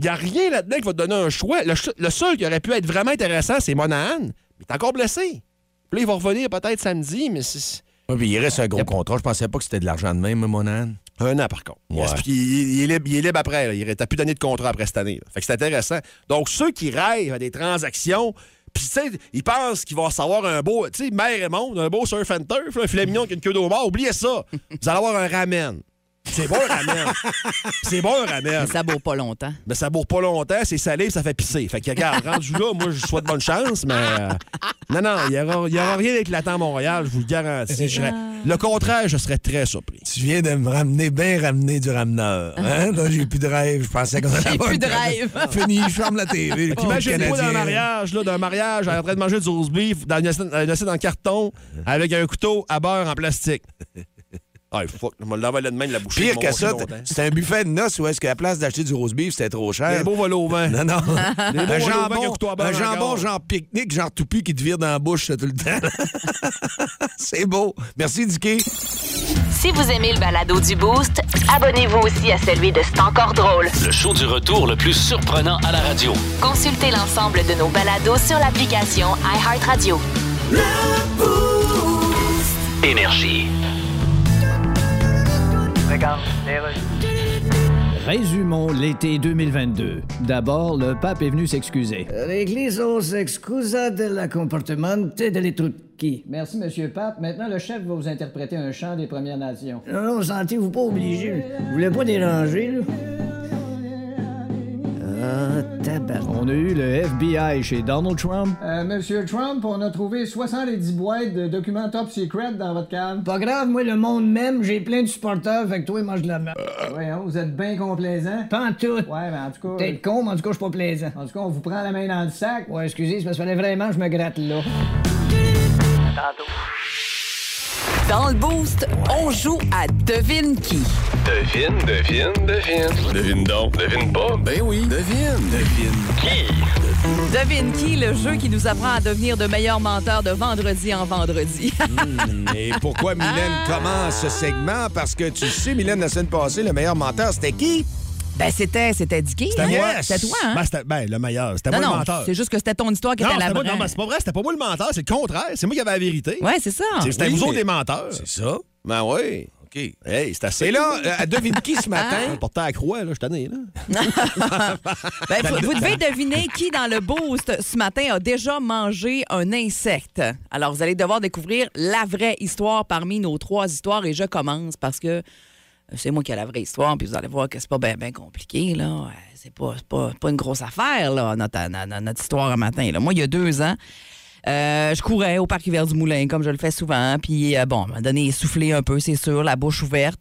S5: Il n'y a rien là-dedans qui va te donner un choix. Le, ch- le seul qui aurait pu être vraiment intéressant, c'est Monahan. Mais il est encore blessé. Puis là, il va revenir peut-être samedi, mais c'est.
S3: Ouais, puis il reste un gros contrat. Je pensais pas que c'était de l'argent de même, Monahan.
S5: Un an, par contre. Il, reste-
S3: Ouais.
S5: puis il- il est libre, il est libre après. là. Il n'as plus donné de contrat après cette année. là. Fait que c'est intéressant. Donc, ceux qui rêvent à des transactions, puis tu sais, ils pensent qu'ils vont recevoir un beau, tu sais, mère et monde, un beau surf and turf, là, un filet mignon avec une queue d'eau mort. Oubliez ça. Vous allez avoir un ramen. C'est bon, un ramen. c'est bon, un ramen.
S4: Mais ça vaut pas longtemps.
S5: Mais ça bourre pas longtemps, c'est salé, puis ça fait pisser. Fait que, regarde, rendu là, moi, je vous souhaite bonne chance, mais. euh, non, non, il n'y aura, il y aura rien d'éclatant à Montréal, je vous le garantis. Je serais- le contraire, je serais très surpris.
S7: Tu viens de me ramener, bien ramener du rameneur. Hein? Là, j'ai plus de rêve. Je pensais qu'on allait avoir
S4: plus
S7: une
S4: de
S7: canne- Fini, je ferme la TV.
S3: Oh,
S7: le club
S5: Imaginez-vous d'un
S7: canadien.
S5: mariage, là, d'un mariage, en train de manger du rose beef dans une assiette dans une assiette en carton avec un couteau à beurre en plastique. Ah, fuck, je me l'envoie là de même la bouche.
S3: Pire que ça, c'est un buffet de noces où est-ce qu'à la place d'acheter du roast beef, c'était trop
S5: Il y a
S3: cher.
S5: un beau vol au vent.
S3: Non, non.
S5: beaux
S3: un
S5: roulements qui ont
S3: jambon,
S5: couteau à beurre
S3: un
S5: encore.
S3: jambon genre pique-nique, genre toupie qui te vire dans la bouche tout le temps. C'est beau. Merci, Dicky.
S8: Si vous aimez le balado du Boost, abonnez-vous aussi à celui de C'est encore drôle.
S2: Le show du retour le plus surprenant à la radio.
S8: Consultez l'ensemble de nos balados sur l'application iHeartRadio.
S2: Énergie.
S9: Résumons l'été 2022. D'abord, le pape est venu s'excuser.
S10: L'Église s'excusa de la comportement de qui. Merci, Monsieur Pape. Maintenant, le chef va vous interpréter un chant des Premières Nations. Non, non, sentez-vous pas obligé. Vous voulez pas déranger, là? Ah, tabac.
S9: On a eu le FBI chez Donald Trump.
S10: Euh, Monsieur Trump, on a trouvé 70 boîtes de documents top secret dans votre cave. Pas grave, moi, le monde même, j'ai plein de supporters, fait que toi, mange de la merde. Euh, Voyons, vous êtes bien complaisant. Pas en tout. Ouais, mais en tout cas. T'es con, mais en tout cas, je suis pas plaisant. En tout cas, on vous prend la main dans le sac. Ouais, excusez, c'est parce qu'il fallait vraiment que je me gratte là.
S11: Dans le boost, on joue à devine qui.
S12: Devine, devine, devine. Devine donc. Devine pas? Ben oui. Devine. Devine qui?
S4: Devine qui, le jeu qui nous apprend à devenir de meilleurs menteurs de vendredi en vendredi.
S3: Et pourquoi
S7: Ah!
S3: Mylène commence ce segment? Parce que tu sais, Mylène, la semaine passée, le meilleur menteur, c'était qui?
S4: Ben, c'était, c'était Dicky.
S3: C'était
S4: hein?
S3: moi.
S4: C'était toi, hein?
S5: Ben, c'était- ben, le meilleur. C'était
S4: non,
S5: moi le
S4: non,
S5: menteur.
S4: c'est juste que c'était ton histoire qui
S5: non,
S4: était à
S5: c'était
S4: la
S5: pas- non, ben, c'est pas vrai, c'était pas moi le menteur, c'est le contraire. C'est moi qui avais la vérité.
S4: Ouais, c'est ça.
S3: Ah
S5: C'est- C'était
S4: Oui,
S5: vous autres
S4: mais-
S5: les menteurs. C'est
S3: ça.
S5: Ben oui.
S3: OK.
S5: Hey, c'est assez.
S3: Et là, euh, à devine qui ce matin?
S5: Portant à croix, là, je suis tanné, là.
S4: Ben, vous, vous devez deviner qui dans le boost ce matin a déjà mangé un insecte. Alors, vous allez devoir découvrir la vraie histoire parmi nos trois histoires et je commence parce que euh, c'est moi qui ai la vraie histoire, puis vous allez voir que c'est pas bien compliqué, là. Euh, C'est pas, c'est pas, pas une grosse affaire, là, notre, notre- notre histoire un matin. Là. Moi, il y a deux ans, euh, je courais au parc Hiver du Moulin, comme je le fais souvent, puis euh, bon, à un moment donné, essoufflé un peu, c'est sûr, la bouche ouverte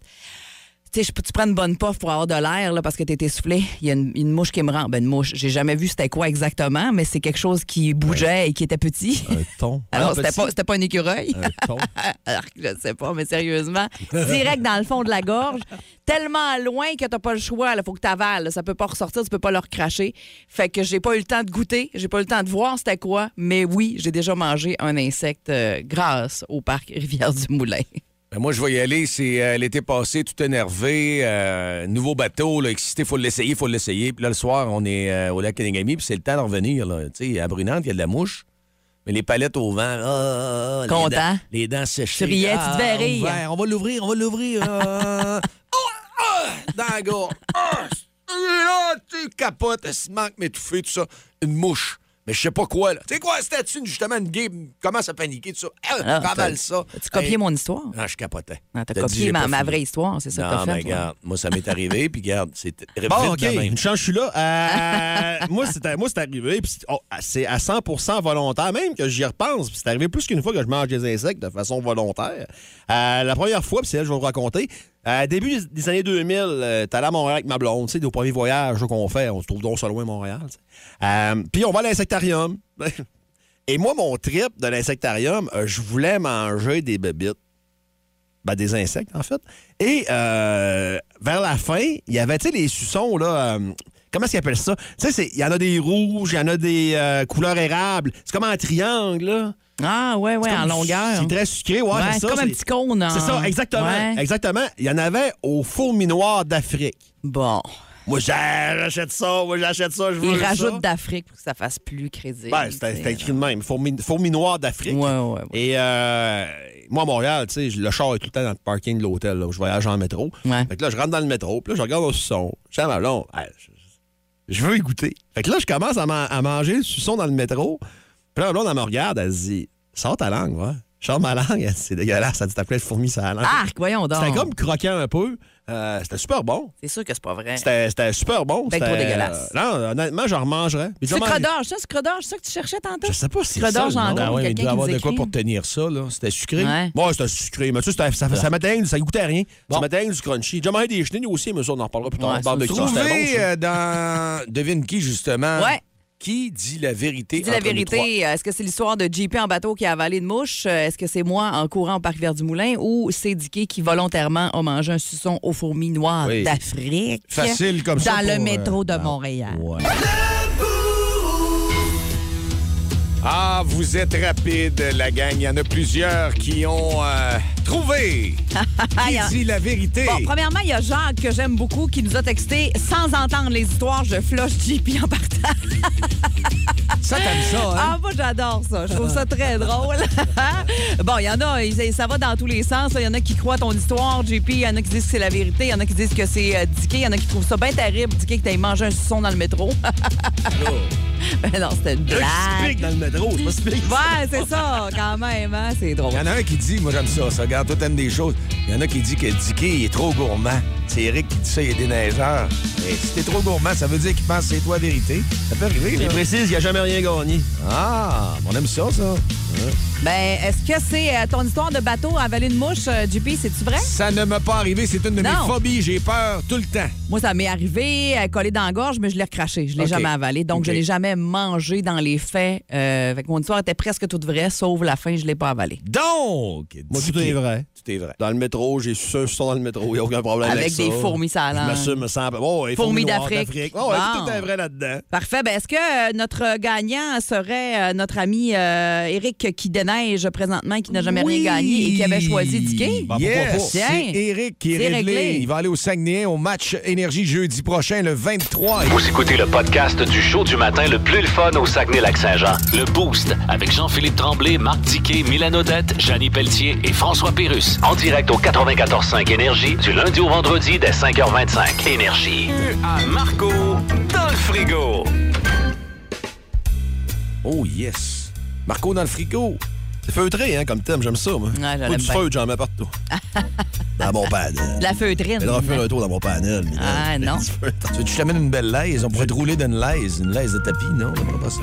S4: tu sais, je- tu prends une bonne puff pour avoir de l'air là, parce que t'es essoufflé. Il y a une, une mouche qui me rend. Ben, une mouche. J'ai jamais vu c'était quoi exactement, mais c'est quelque chose qui bougeait et qui était petit. Un
S5: ton.
S4: Alors,
S5: Ah,
S4: c'était
S5: petit.
S4: pas, c'était pas un écureuil.
S5: Un ton.
S4: Alors, je sais pas, mais sérieusement, direct dans le fond de la gorge, tellement loin que t'as pas le choix. Il faut que t'avales. là. Ça peut pas ressortir, tu peux pas le recracher. Fait que j'ai pas eu le temps de goûter, j'ai pas eu le temps de voir c'était quoi. Mais oui, j'ai déjà mangé un insecte euh, grâce au parc Rivière-du-Moulin.
S3: Ben, moi, je vais y aller. C'est euh, l'été passé, tout énervé. euh, nouveau bateau, là, excité, faut l'essayer, faut l'essayer. Puis là, le soir, on est euh, au lac Keningami, puis c'est le temps de revenir. Là. Tu sais, à Brunante, il y a de la mouche. Mais les palettes au vent, ah, ah, ah,
S4: Content.
S3: Les dents, les dents séchées.
S4: Tu riais, tu hein. devais
S3: Ah,
S4: rire.
S3: ouvert, On va l'ouvrir, on va l'ouvrir. ah, ah, dans la gorge. Ah, c'est- là, tu capotes, elle se manque m'étouffer, tout ça. Une mouche. Mais je sais pas quoi, là. Tu sais quoi, c'était une, justement, une game commence à paniquer, tout ça. Ah,
S4: Alors,
S3: ravale
S4: t'as-
S3: ça.
S4: t'as-tu copié mon histoire?
S3: Ah, je capotais.
S4: Ah, t'as
S3: T'as dit,
S4: copié
S3: j'ai
S4: ma,
S3: pas
S4: ma
S3: fini.
S4: vraie histoire, c'est ça que
S3: Non,
S4: t'as
S5: ben,
S3: mais
S4: fait. toi.
S3: regarde, moi, ça m'est arrivé, puis regarde, c'est vite
S5: Bon, OK.
S3: de même.
S5: Une chance, je suis là. Euh, moi, c'est moi, c'est arrivé. puis c'est- oh, c'est à 100 volontaire, même que j'y repense. puis C'est arrivé plus qu'une fois que je mange des insectes de façon volontaire. Euh, la première fois, puis c'est là que je vais vous raconter. euh, début des, des années 2000, euh, t'allais à Montréal avec ma blonde, tu sais, nos premiers voyages qu'on fait. On se trouve donc ça loin, Montréal. tu sais. Euh, puis on va à l'insectarium. Et moi, mon trip de l'insectarium, euh, je voulais manger des bébites. Ben, des insectes, en fait. Et euh, vers la fin, il y avait, tu sais, les suçons, là. euh, comment est-ce qu'ils appellent ça? Tu sais, c'est- il y en a des rouges, il y en a des euh, couleurs érable. C'est comme en triangle, là.
S4: Ah, ouais, ouais,
S5: C'est
S4: en
S5: comme-
S4: longueur.
S5: C'est très sucré, ouais,
S4: Ouais,
S5: c'est ça.
S4: c'est comme un petit cône en-
S5: C'est ça, exactement.
S4: Ouais.
S5: Exactement. Il y en avait au fourminoir d'Afrique.
S4: Bon.
S5: Moi, j'achète ça, moi, j'achète ça, je veux
S4: Ils
S5: ça.
S4: rajoutent d'Afrique pour que ça fasse plus crédible.
S5: Ben, c'était c'était écrit de même. Fourmi, fourmi noire d'Afrique. Et euh, moi, à Montréal, tu sais, je- le char est tout le temps dans le parking de l'hôtel, là, où je voyage en métro. Fait que là, je rentre dans le métro, puis là, je regarde au suçon. Je dis à ma blonde, Hey, je- je veux y goûter. Fait que là, je commence à, ma- à manger le suçon dans le métro. Puis là, ma blonde, elle me regarde, elle se dit, sors ta langue, va. Je Sors ma langue, elle dit, c'est dégueulasse, ça dit, t'as plein de fourmis sur la langue.
S4: Arc, voyons donc.
S3: Ah.
S5: C'était comme croquant un peu. Euh, c'était super bon.
S4: C'est sûr que c'est pas vrai.
S5: C'était c'était super bon.
S4: Ben, trop
S5: C'était-
S4: dégueulasse.
S5: euh, non, honnêtement, j'en remangerais. Puis
S4: C'est
S5: je mange-
S4: crodorge, ça, c'est crodorge, ça que tu cherchais tantôt?
S5: Je sais pas si c'est ça.
S4: Crodorge
S5: le nom. Ben
S4: en gros, quelqu'un qui nous écrit.
S3: tenir ça, là. C'était sucré.
S4: Ouais.
S5: Bon, c'était sucré, mais tu sais, c'était- ça, ça,
S3: Ah.
S5: m'atteigne, ça goûtait à rien. Ça m'atteigne du crunchy. J'ai déjà mangé des chenilles aussi, mais ça, on en reparlera plus tard. Barbe de Christ, c'était bon,
S3: Trouver
S5: ça.
S3: euh, dans Devine qui, justement,
S4: Ouais.
S3: qui dit la vérité
S4: Dis la
S3: entre nous
S4: vérité, euh, est-ce que c'est l'histoire de JP en bateau qui a avalé une mouche? Euh, Est-ce que c'est moi en courant au parc Vert du Moulin ou c'est Dicky qui volontairement a mangé un suçon aux fourmis noires
S3: Oui.
S4: d'Afrique?
S3: Facile comme ça
S4: Dans le
S3: pour,
S4: métro
S3: euh,
S4: de Montréal.
S3: trois. Ah, vous êtes rapide, la gang. Il y en a plusieurs qui ont euh, trouvé qui dit la vérité.
S4: Bon, premièrement, il y a Jacques que j'aime beaucoup qui nous a texté sans entendre les histoires, je flush JP en partant.
S3: ça, t'aimes ça, hein? Ah.
S4: Ah, moi, j'adore ça. Je trouve ça très drôle. bon, il y en a, ils- ça va dans tous les sens. là. Il y en a qui croient ton histoire, JP. Il y en a qui disent que c'est la vérité. Il y en a qui disent que c'est euh, Dicky. Il y en a qui trouvent ça bien terrible, Dicky, que t'aies mangé un suçon dans le métro. Mais non, c'était une blague.
S5: Explique dans le métro, c'est pas si pire.
S4: Ouais, c'est ça, quand même, hein? C'est drôle.
S3: Il y en a un qui dit, moi j'aime ça, ça, regarde, toi t'aimes des choses. Il y en a qui dit que Dicky il est trop gourmand. C'est Eric qui dit ça, il est des neigeurs. Mais si t'es trop gourmand, ça veut dire qu'il pense que c'est toi la vérité. Ça peut arriver,
S5: Il
S3: là.
S5: précise, il a jamais rien gagné.
S3: Ah, on aime ça, ça.
S4: Ben, est-ce que c'est euh, ton histoire de bateau à avaler une mouche, euh, JP? C'est-tu vrai?
S3: Ça ne m'a pas arrivé, c'est une de
S4: Non.
S3: mes phobies, j'ai peur tout le temps.
S4: Moi, ça m'est arrivé, euh, collé dans la gorge, mais je l'ai recraché. Je l'ai
S3: OK.
S4: jamais avalé, donc je
S3: OK.
S4: l'ai jamais jamais mangé dans les faits. Euh, fait que mon histoire était presque toute vraie, sauf la fin, je l'ai pas avalée.
S5: Donc, moi, tout est vrai. Tout est vrai. Dans le métro, j'ai su un dans le métro, il n'y a aucun problème avec,
S4: Avec
S5: ça.
S4: des fourmis
S5: Je
S4: salantes.
S5: m'assume sans. Oh, ouais,
S4: Fourmis
S5: noires
S4: d'Afrique.
S5: Oh, ouais,
S4: Bon.
S3: Ah.
S5: tout est vrai là-dedans.
S4: Parfait. Ben, Est-ce que euh, notre gagnant serait euh, notre ami euh, Eric qui déneige présentement, qui n'a jamais
S3: Oui.
S4: rien gagné et qui avait choisi Dicky?
S3: Bah, pourquoi pas? C'est Eric qui est,
S4: C'est
S3: réglé.
S4: réglé.
S3: Il va aller au Saguenay au match Énergie jeudi prochain, le 23.
S2: Vous écoutez le podcast du show du matin le plus le fun au Saguenay-Lac-Saint-Jean. Le Boost avec Jean-Philippe Tremblay, Marc Diquet, Milan Odette, Janine Pelletier et François Pérus. En direct au 94.5 Énergie du lundi au vendredi dès 5h25. Énergie.
S12: À Marco, dans le frigo.
S5: Oh, yes. Marco dans le frigo. C'est feutré, hein, comme thème, j'aime ça, moi.
S4: je
S5: Pas
S4: l'aime
S5: du
S4: bien.
S5: feutre, j'en mets partout. dans mon panel.
S4: La feutrine.
S5: Elle aura fait un tour dans mon panel.
S4: Ah non.
S5: Tu veux que je t'amène une belle laise? On pourrait te rouler d'une laise. Une laise de tapis, non?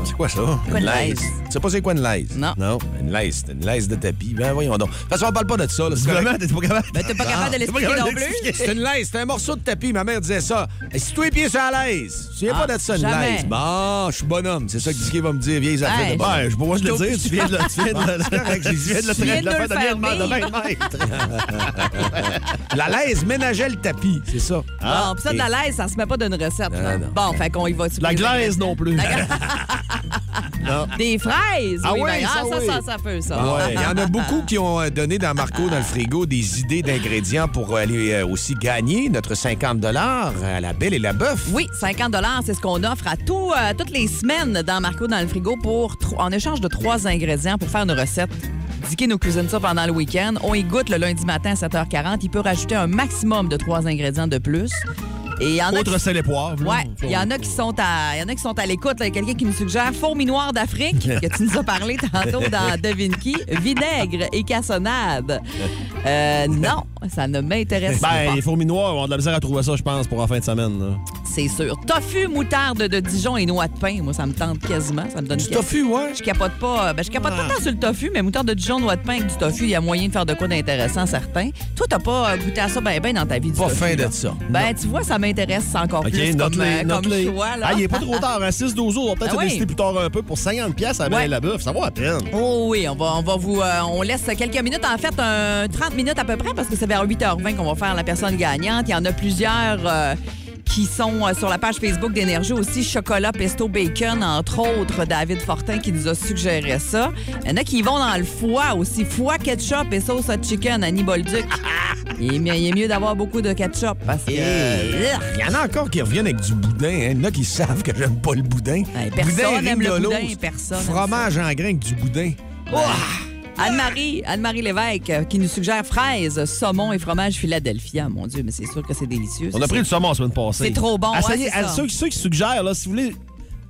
S5: C'est quoi ça?
S3: une laise?
S5: Tu sais pas c'est quoi une laise?
S4: Non.
S5: Non, une laise, c'est une laise de tapis. Ben voyons donc. De toute façon, on parle pas de ça. Là, c'est
S3: Vraiment,
S5: correct.
S3: t'es Ah, pas capable.
S4: Ben, t'es pas capable de l'expliquer non plus.
S3: C'est une laisse, c'est un morceau de tapis. Ma mère disait ça. Et si tous les pieds sont à l'aise, tu viens
S5: Ah,
S3: pas de ça, une
S5: jamais.
S3: laise. Bon, je suis bonhomme. C'est ça que Dicky va me dire. Vieilles
S5: Hey,
S3: affaires de bonhomme.
S5: Ben, je- Ouais, je vois je le dire, tu viens de le- tu viens de le-
S3: C'est correct, j'ai dit, tu viens de le
S5: Tu
S3: traiter
S5: viens de
S3: de la
S5: le
S3: faire de
S5: faire
S3: même main, de
S5: vivre.
S3: même maître. La laise ménageait le tapis, c'est ça.
S5: Ah,
S4: bon, pis ça, de la laise, ça se met pas d'une recette. là.
S3: Ah, Non, non.
S4: Bon, fait qu'on y va. sur
S3: La
S4: les
S3: glaise
S4: ingrédients.
S3: non plus.
S4: La gla-
S3: Non.
S4: Des fraises.
S3: Ah
S4: oui,
S3: oui,
S4: ben,
S3: ça,
S4: ah, ça,
S3: oui.
S4: ça, ça peut, ça.
S3: Ah ouais, Il y en a beaucoup qui ont euh, donné dans Marco dans le frigo des idées d'ingrédients pour aller euh, aussi gagner notre 50 à la belle et la bœuf.
S4: Oui, 50 c'est ce qu'on offre à tout, euh, toutes les semaines dans Marco dans le frigo pour tro- en échange de trois ingrédients pour faire une recette. Dicky nous cuisine ça pendant le week-end. On y goûte le lundi matin à 7h40. Il peut rajouter un maximum de trois ingrédients de plus. Et il y en a
S5: Autre
S4: qui-
S5: sel et poivre. là.
S4: Ouais, il y en a qui sont à, il y en a qui sont à l'écoute. là. Il y a quelqu'un qui nous suggère fourmis noires d'Afrique, que tu nous as parlé tantôt dans Devine qui, vinaigre et cassonade. Euh, non, ça ne m'intéresse
S5: Ben,
S4: pas.
S5: les fourmis noires vont de la misère à trouver ça, je pense, pour en fin de semaine. là.
S4: C'est sûr. Tofu, moutarde de Dijon et noix de pain. Moi, ça me tente quasiment. Ça me donne du
S3: tofu, ouais.
S4: Je capote pas. Ben, je capote pas tant sur le tofu, mais moutarde de Dijon, noix de pain avec du tofu, il y a moyen de faire de quoi d'intéressant, certain. Toi, t'as pas euh, goûté à ça ben ben dans ta vie. Du
S3: Pas
S4: tofu,
S3: fin
S4: là.
S3: de ça.
S4: Ben, tu vois, ça m'intéresse encore
S5: OK,
S4: plus comme,
S5: note-les,
S4: euh, comme
S5: note-les.
S4: choix, là.
S5: Ah, il est pas trop tard, hein? 6 12 on va peut-être
S4: Ah
S5: se
S4: oui.
S5: décider plus tard un peu pour 50 pièces à la
S4: Ouais.
S5: Belle et la bœuf, ça vaut la peine.
S4: Oh oui, on va, on va vous. euh, on laisse quelques minutes, en fait, un 30 minutes à peu près, parce que c'est vers 8h20 qu'on va faire la personne gagnante. Il y en a plusieurs. euh, qui sont euh, sur la page Facebook d'Énergie aussi, chocolat, pesto, bacon, entre autres, David Fortin qui nous a suggéré ça. Il y en a qui vont dans le foie aussi, foie, ketchup et sauce hot chicken, Annie Bolduc. il, est mieux, il est mieux d'avoir beaucoup de ketchup parce que...
S3: Euh, Il y en a encore qui reviennent avec du boudin. hein. Il y en a qui savent que j'aime pas le boudin.
S4: personne
S3: Boudin,
S4: aime le
S3: rigolo,
S4: boudin, personne aime
S3: Fromage en grain avec du boudin.
S4: Anne-Marie, Anne-Marie Lévesque euh, qui nous suggère fraises, saumon et fromage Philadelphia. Mon Dieu, mais c'est sûr que c'est délicieux.
S5: On a
S4: ça.
S5: pris le saumon la semaine passée. Ah,
S4: C'est trop bon,
S5: Essayez,
S4: ouais, c'est
S5: à
S4: ça.
S5: Ceux, ceux qui suggèrent, là, si vous voulez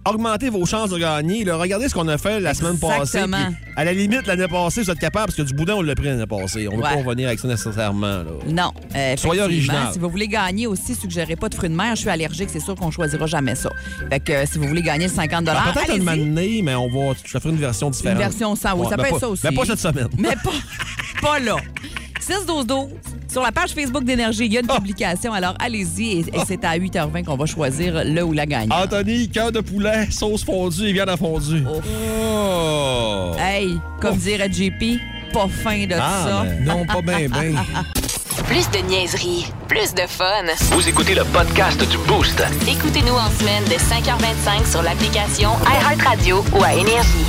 S5: augmenter vos chances de gagner, là, regardez ce qu'on a fait la semaine passée.
S4: Exactement.
S5: puis à la limite, l'année passée, vous êtes capable, parce que du boudin, on l'a pris l'année passée. On ne veut
S4: Ouais.
S5: pas revenir avec ça nécessairement. là.
S4: Non. euh,
S5: Soyez
S4: effectivement,
S5: original.
S4: Si vous voulez gagner aussi, suggérez pas de fruits de mer. Je suis allergique, c'est sûr qu'on choisira jamais ça. Fait que euh, si vous voulez gagner le 50
S5: Ben, Peut-être
S4: Ah, allez-y.
S5: une année, mais on va je vais faire une version différente.
S4: version sans, oui, ça peut
S5: mais
S4: être
S5: pas-
S4: ça aussi.
S5: Mais pas cette semaine.
S4: Mais pas, pas là. 6-12-12. Sur la page Facebook d'Énergie, il y a une
S5: Ah.
S4: publication. Alors, allez-y. Et, et c'est à 8h20 qu'on va choisir le ou la gagnante.
S5: Anthony, cœur de poulet, sauce fondue et viande à fondue. Oh!
S4: Hey, comme dirait JP, pas fin de
S5: Ah,
S4: ça.
S5: non, pas bien, bien.
S8: Plus de niaiserie, plus de fun.
S2: Vous écoutez le podcast du Boost.
S8: Écoutez-nous en semaine de 5h25 sur l'application iHeartRadio ou à Énergie.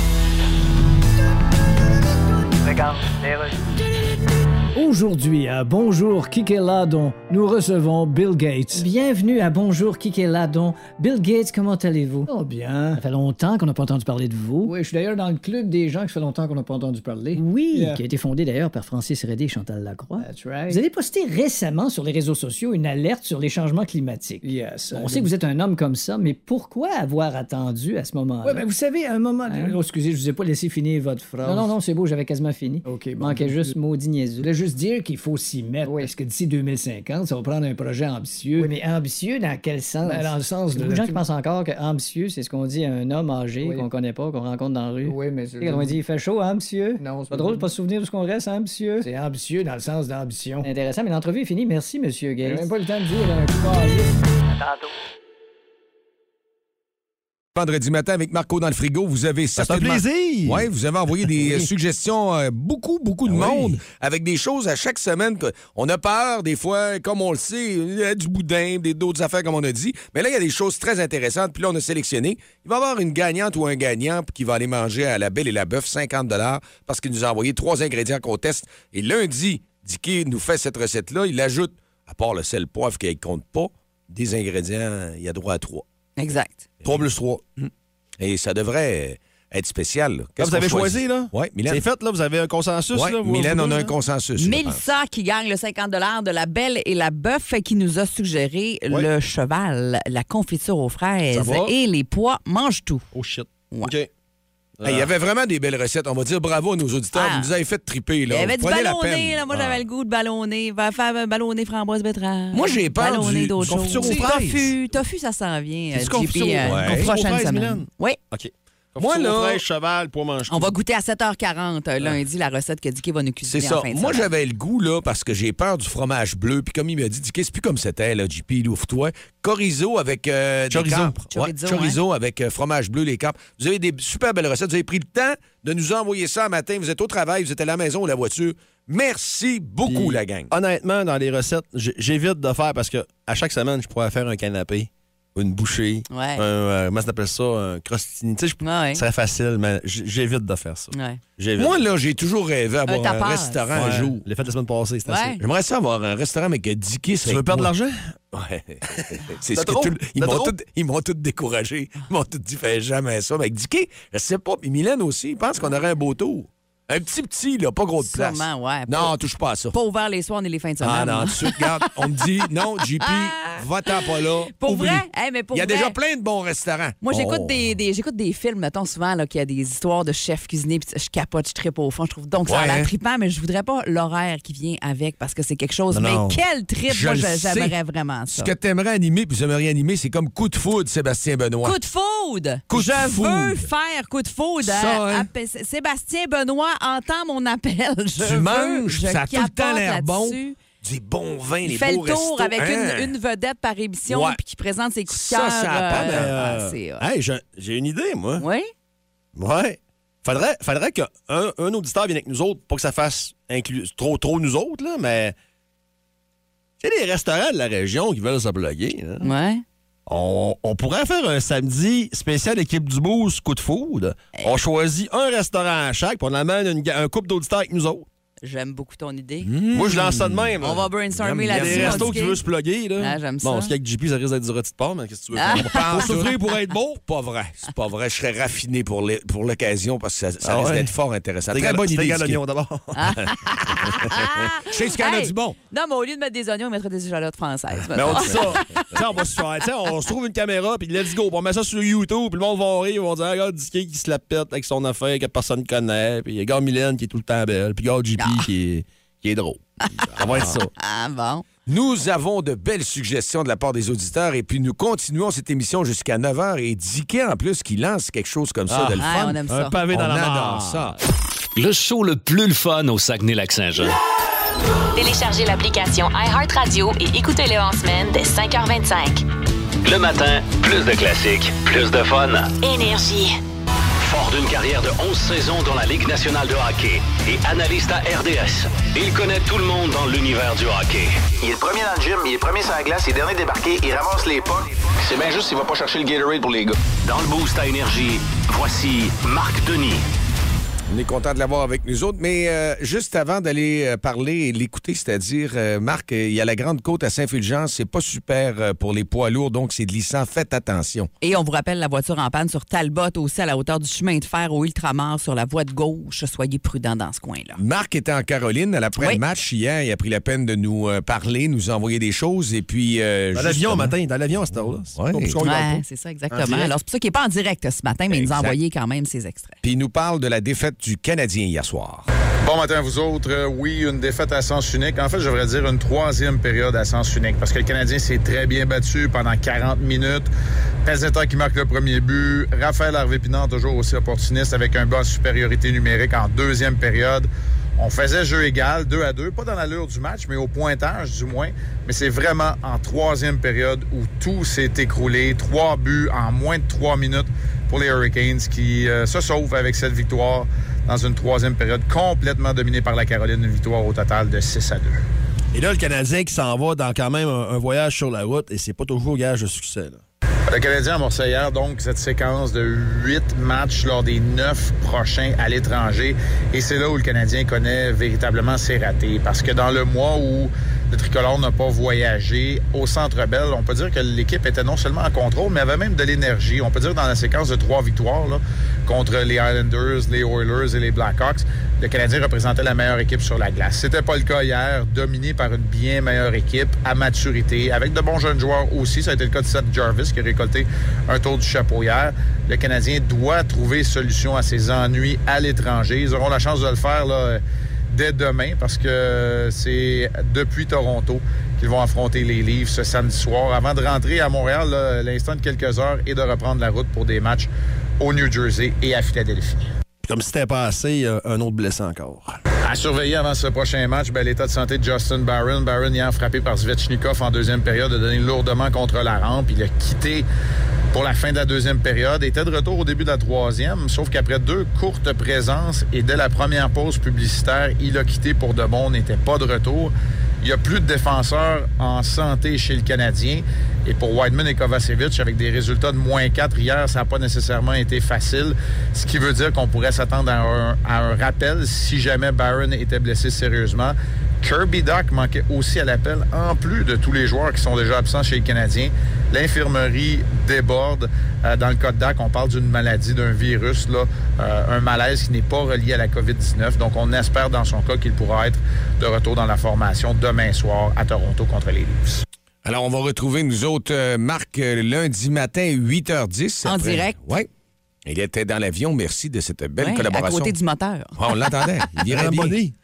S13: Aujourd'hui à Bonjour Kikeladon, nous recevons Bill Gates.
S10: Bienvenue à Bonjour Kikeladon. Bill Gates, comment allez-vous? Oh bien.
S13: Ça fait longtemps qu'on n'a pas entendu parler de vous.
S10: Oui, je suis d'ailleurs dans le club des gens que ça fait longtemps qu'on n'a pas entendu parler.
S13: Oui,
S10: Yeah.
S13: qui a été fondé d'ailleurs par Francis Redé et Chantal Lacroix.
S10: That's right.
S13: Vous avez posté récemment sur les réseaux sociaux une alerte sur les changements climatiques.
S10: Yes.
S13: On sait que vous êtes un homme comme ça, mais pourquoi avoir attendu à ce moment-là?
S10: Ouais, ben, vous savez, à un moment.
S13: Hein?
S10: Oh, excusez, je vous ai pas laissé finir votre phrase.
S13: Non, non, non, c'est beau, j'avais quasiment fini.
S10: OK, bon.
S13: Manquait juste maudit niaiseux.
S10: Je voulais juste dire qu'il faut s'y mettre. Parce que d'ici 2050, ça va prendre un projet ambitieux.
S13: Oui, mais ambitieux dans quel sens?
S10: Ben, dans le sens de.
S13: Les gens qui pensent encore que ambitieux, c'est ce qu'on dit à un homme âgé qu'on connaît pas, qu'on rencontre dans la rue.
S10: Oui, mais.
S13: Tu sais, Quand on dit il fait chaud, hein, monsieur? Non, c'est pas drôle de pas se souvenir de ce qu'on reste, hein, monsieur?
S10: C'est ambitieux dans le sens d'ambition.
S13: C'est intéressant, mais l'entrevue est finie. Merci, monsieur
S10: J'ai euh,
S13: Gates.
S10: même pas le temps de dire un carré.
S3: Vendredi matin avec Marco dans le frigo, vous avez
S5: Ça fait
S3: certainement...
S5: plaisir. Ah
S3: Ouais, vous avez envoyé des
S5: Oui.
S3: suggestions, euh, beaucoup, beaucoup de monde, avec des choses à chaque semaine. que- On a peur, des fois, comme on le sait, il y a du boudin, des- d'autres affaires, comme on a dit. Mais là, il y a des choses très intéressantes. Puis là, on a sélectionné. Il va y avoir une gagnante ou un gagnant qui va aller manger à la Belle et la Bœuf 50 parce qu'il nous a envoyé trois ingrédients qu'on teste. Et lundi, Dicky nous fait cette recette-là. Il ajoute, à part le sel poivre qui ne compte pas, des ingrédients, il y a droit à trois.
S4: Exact.
S3: 3 plus 3. Mm. Et ça devrait être spécial. là.
S5: Là,
S3: Qu'est-ce
S5: Ah, vous avez
S3: qu'on
S5: choisi, là?
S3: Oui, Mylène.
S5: C'est fait, là? Vous avez un consensus,
S3: Ouais,
S5: là? vous-
S3: Mylène,
S5: vous
S3: on
S5: deux,
S3: a un
S5: là?
S3: consensus. je pense.
S4: Mélissa qui gagne le 50 de la Belle et la Bœuf qui nous a suggéré le cheval, la confiture aux
S3: Ça
S4: fraises
S3: va?
S4: et les pois mange tout.
S5: Oh shit.
S3: OK. Hey, Il y avait vraiment des belles recettes. On va dire bravo à nos auditeurs.
S4: Ah.
S3: Vous nous avez fait triper.
S4: Il
S3: Là.
S4: y avait
S3: Vous
S4: du
S3: prenez la
S4: ballonné,
S3: peine.
S4: là. Moi,
S3: Ah.
S4: j'avais le goût de ballonner. Va faire euh, ballonner framboise betterave.
S3: Moi, j'ai peur
S4: Ballonner
S3: du-
S4: d'autres
S3: du confiture
S4: choses.
S3: aux fraises.
S4: Tofu, tofu, ça s'en vient.
S5: C'est du
S4: euh, JP,
S5: confiture aux-
S4: euh,
S5: ouais. Confiture aux
S4: prochaine
S5: fraises,
S4: semaine.
S5: Mylène?
S4: Oui.
S5: OK.
S4: Moi, là-
S5: Confiture aux fraises, cheval, pour manger.
S4: On va goûter à 7h40 euh, lundi la recette que Dicky va nous
S3: C'est
S4: cuisiner. en
S3: ça.
S4: fin de
S3: Moi,
S4: semaine.
S3: j'avais le goût, là, parce que j'ai peur du fromage bleu. Puis comme il m'a dit, Dicky, c'est plus comme c'était, là, JP, ouvre-toi. Chorizo avec euh, des
S5: Chorizo.
S3: capres.
S5: Chorizo,
S3: chorizo avec euh, fromage bleu, les capres. Vous avez des super belles recettes. Vous avez pris le temps de nous envoyer ça un matin. Vous êtes au travail, vous êtes à la maison ou à la voiture. Merci beaucoup, la gang.
S5: Ah, Honnêtement, dans les recettes, j'- j'évite de faire parce que à chaque semaine, je pourrais faire un canapé, une bouchée,
S4: Ouais.
S5: un, euh, comment ça s'appelle ça, un crostini. Tu sais, je-
S4: Ouais.
S5: c'est très facile, mais j- j'évite de faire ça.
S4: Ouais.
S5: J'évite.
S3: Moi, là, j'ai toujours rêvé à
S4: Un
S3: avoir un
S4: tapas.
S3: restaurant un
S5: Ouais,
S3: jour.
S5: Les fêtes de la semaine passée, c'était
S4: Ouais.
S5: assez.
S3: J'aimerais ça avoir un restaurant avec Dicky.
S5: Tu veux perdre de l'argent?
S3: Ouais. C'est ce
S5: T'as
S3: que
S5: trop?
S3: tout- ils
S5: T'as
S3: m'ont
S5: trop?
S3: tout- ils m'ont tous découragé. Ils m'ont tous dit fais jamais ça. Mais avec Dicky, je sais pas. Puis Mylène aussi, il pense qu'on aurait un beau tour. Un petit petit, là, pas gros de place.
S4: Sûrement, ouais.
S3: Non, touche pas à ça.
S4: Pas ouvert les soirs ni les fins de semaine.
S3: Ah non, tout de suite, regarde, on me dit non, JP, va-t'en pas là.
S4: Pour
S3: oublie.
S4: vrai? Eh, mais pour
S3: Il y a
S4: vrai.
S3: déjà plein de bons restaurants.
S4: Moi, j'écoute
S3: Oh.
S4: des, des- j'écoute des films, mettons, souvent, là, qu'il y a des histoires de chefs cuisiniers, puis je capote, je tripe au fond. Je trouve donc ça
S3: Ouais,
S4: a
S3: hein?
S4: l'air trippant, mais je voudrais pas l'horaire qui vient avec parce que c'est quelque chose.
S3: Non,
S4: mais
S3: non.
S4: quel trip!
S3: Je
S4: Moi,
S3: le
S4: je-
S3: sais.
S4: j'aimerais vraiment
S3: Ce
S4: ça.
S3: que t'aimerais animer, puis vous aimeriez animer, c'est comme coup de foudre, Sébastien Benoît.
S4: Coup de foudre!
S3: Coup de
S4: je veux
S3: foudre.
S4: faire coup de foudre.
S3: Ça,
S4: Euh,
S3: hein?
S4: appel- Sé- Sébastien Benoît, entends mon appel. Je
S3: tu
S4: veux,
S3: manges,
S4: je
S3: ça a tout le temps
S4: capote
S3: l'air bon.
S4: là-dessus.
S3: Des bons vins,
S4: Il
S3: les
S4: fait le
S3: beaux
S4: tour
S3: restos,
S4: avec
S3: hein?
S4: une, une vedette par émission
S5: Ouais.
S4: puis qui présente ses coups de
S5: Ça,
S4: cœur.
S5: ça a pas
S4: euh,
S5: de-
S4: ah, c'est hot.
S5: Hey, j'ai- j'ai une idée, moi.
S4: Oui?
S5: Ouais. Faudrait, faudrait qu'un un auditeur vienne avec nous autres, pas que ça fasse inclus- trop, trop nous autres, là, mais. C'est des restaurants de la région qui veulent se bloguer.
S4: Ouais.
S5: On, on pourrait faire un samedi spécial équipe du Boost coup de food. On choisit un restaurant à chaque, puis on amène une ga- un couple d'auditeurs avec nous autres.
S4: J'aime beaucoup ton idée.
S3: Hmm.
S5: Moi, je lance ça de même.
S4: On va brainstormer
S5: Il y a
S4: là-dessus.
S5: des restos
S4: Antiqué.
S5: qui veulent se plugger. Là.
S4: Ah, j'aime ça. Ah.
S5: Bon, ce qu'avec JP, ça risque d'être du rôti de porc, mais qu'est-ce que tu veux faire?
S3: On parle
S5: Faut souffrir
S3: pour être beau? Pas vrai. C'est pas vrai. Je serais raffiné pour l'é- pour l'occasion parce que ça, ça
S5: Ah
S3: risque
S5: ouais?
S3: d'être fort intéressant.
S5: C'était
S3: Très
S5: gal-
S3: bonne
S5: c'était
S3: idée.
S5: galognon d'abord.
S3: Je sais ce qu'il y en a
S4: Hey!
S3: du bon.
S4: Non, mais au lieu de mettre des oignons, on mettrait des échalotes françaises.
S5: Mais on
S4: mettons.
S5: dit ça. T'sais, on va se faire. t'sais, on se trouve une caméra, puis let's go. Puis On met ça sur YouTube, puis le monde va rire. Ils vont dire, Ah, regarde, Dicky qui se la pète avec son affaire que personne connaît. Puis regarde Mylène qui est tout le temps belle. Puis regarde JP qui, est, qui est drôle. Ça va être ça.
S4: Ah bon.
S3: Nous avons de belles suggestions de la part des auditeurs et puis nous continuons cette émission jusqu'à 9h et Dicky en plus qui lance quelque chose comme ça
S5: Ah.
S3: de le
S5: Ah,
S3: fun.
S5: on aime ça. Un pavé dans
S3: On
S5: la
S3: adore
S5: mare.
S3: ça.
S2: Le show le plus le fun au Saguenay-Lac-Saint-Jean.
S8: Téléchargez l'application iHeartRadio et écoutez-le en semaine dès 5h25.
S2: Le matin, plus de classiques, plus de fun.
S8: Énergie.
S2: Fort d'une carrière de 11 saisons dans la Ligue nationale de hockey et analyste à RDS, il connaît tout le monde dans l'univers du hockey.
S14: Il est le premier dans le gym, il est premier sur la glace, il est dernier débarqué, il ramasse les pas. C'est bien juste s'il va pas chercher le Gatorade pour les gars.
S2: Dans le boost à énergie, voici Marc Denis.
S3: On est content de l'avoir avec nous autres, mais euh, juste avant d'aller euh, parler et l'écouter, c'est-à-dire, euh, Marc, euh, il y a la Grande Côte à Saint-Fulgence, c'est pas super euh, pour les poids lourds, donc c'est glissant, faites attention.
S4: Et on vous rappelle la voiture en panne sur Talbot aussi à la hauteur du chemin de fer au Ultramar sur la voie de gauche. Soyez prudents dans ce coin-là.
S3: Marc était en Caroline à l'après-match hier, il a pris la peine de nous euh, parler, nous envoyer des choses, et puis... euh,
S5: Dans l'avion,
S3: justement-
S5: matin, dans l'avion à cette heure-là. C'est
S3: Ouais.
S5: pas plus qu'on y va
S4: Ouais,
S5: pas.
S4: c'est ça,
S5: En
S4: exactement.
S5: direct.
S4: Alors, c'est pour ça qu'il n'est pas en direct euh, ce matin, mais il nous a
S3: Exact.
S4: envoyé quand même ses extraits.
S3: Puis il nous parle de la défaite du Canadien hier soir.
S15: Bon matin à vous autres. Euh, Oui, une défaite à sens unique. En fait, je devrais dire une troisième période à sens unique parce que le Canadien s'est très bien battu pendant 40 minutes. Pezetta qui marque le premier but. Raphaël Harvey-Pinard toujours aussi opportuniste avec un but en supériorité numérique en deuxième période. On faisait jeu égal, 2 à 2, pas dans l'allure du match, mais au pointage du moins. Mais c'est vraiment en troisième période où tout s'est écroulé. Trois buts en moins de trois minutes pour les Hurricanes qui euh, se sauvent avec cette victoire dans une troisième période complètement dominée par la Caroline. Une victoire au total de 6 à 2.
S5: Et là, le Canadien qui s'en va dans quand même un, un voyage sur la route, et c'est pas toujours gage de succès. là.
S15: Le Canadien amorçait hier donc cette séquence de huit matchs lors des neuf prochains à l'étranger. Et c'est là où le Canadien connaît véritablement ses ratés. Parce que dans le mois où le tricolore n'a pas voyagé au Centre Bell, on peut dire que l'équipe était non seulement en contrôle, mais avait même de l'énergie. On peut dire dans la séquence de trois victoires là, contre les Islanders, les Oilers et les Blackhawks, le Canadien représentait la meilleure équipe sur la glace. C'était pas le cas hier, dominé par une bien meilleure équipe à maturité, avec de bons jeunes joueurs aussi. Ça a été le cas de Seth Jarvis qui a récolté un tour du chapeau hier. Le Canadien doit trouver solution à ses ennuis à l'étranger. Ils auront la chance de le faire là, dès demain parce que c'est depuis Toronto qu'ils vont affronter les Leafs ce samedi soir avant de rentrer à Montréal là, à l'instant de quelques heures et de reprendre la route pour des matchs au New Jersey et à Philadelphie.
S5: Comme si c'était pas assez, euh, un autre blessé encore.
S15: À surveiller avant ce prochain match, ben, l'état de santé de Justin Barron. Barron, hier frappé par Svechnikov en deuxième période, a donné lourdement contre la rampe. Il a quitté pour la fin de la deuxième période. Était de retour au début de la troisième, sauf qu'après deux courtes présences et dès la première pause publicitaire, il a quitté pour de bon, n'était pas de retour. Il n'y a plus de défenseurs en santé chez le Canadien. Et pour Wideman et Kovacevic, avec des résultats de moins 4 hier, ça n'a pas nécessairement été facile. Ce qui veut dire qu'on pourrait s'attendre à un, à un rappel si jamais Barron était blessé sérieusement. Kirby Doc manquait aussi à l'appel, en plus de tous les joueurs qui sont déjà absents chez les Canadiens. L'infirmerie déborde. Euh, dans le cas de Doc, on parle d'une maladie, d'un virus, là, euh, un malaise qui n'est pas relié à la COVID-19. Donc, on espère dans son cas qu'il pourra être de retour dans la formation demain soir à Toronto contre les Leafs.
S3: Alors, on va retrouver nous autres, euh, Marc, euh, lundi matin, 8h10.
S4: En direct.
S3: Oui. Il était dans l'avion. Merci de cette belle
S4: Ouais, à
S3: collaboration.
S4: côté du moteur.
S3: Ouais, on l'entendait. Il virait bien.
S5: Zamboni.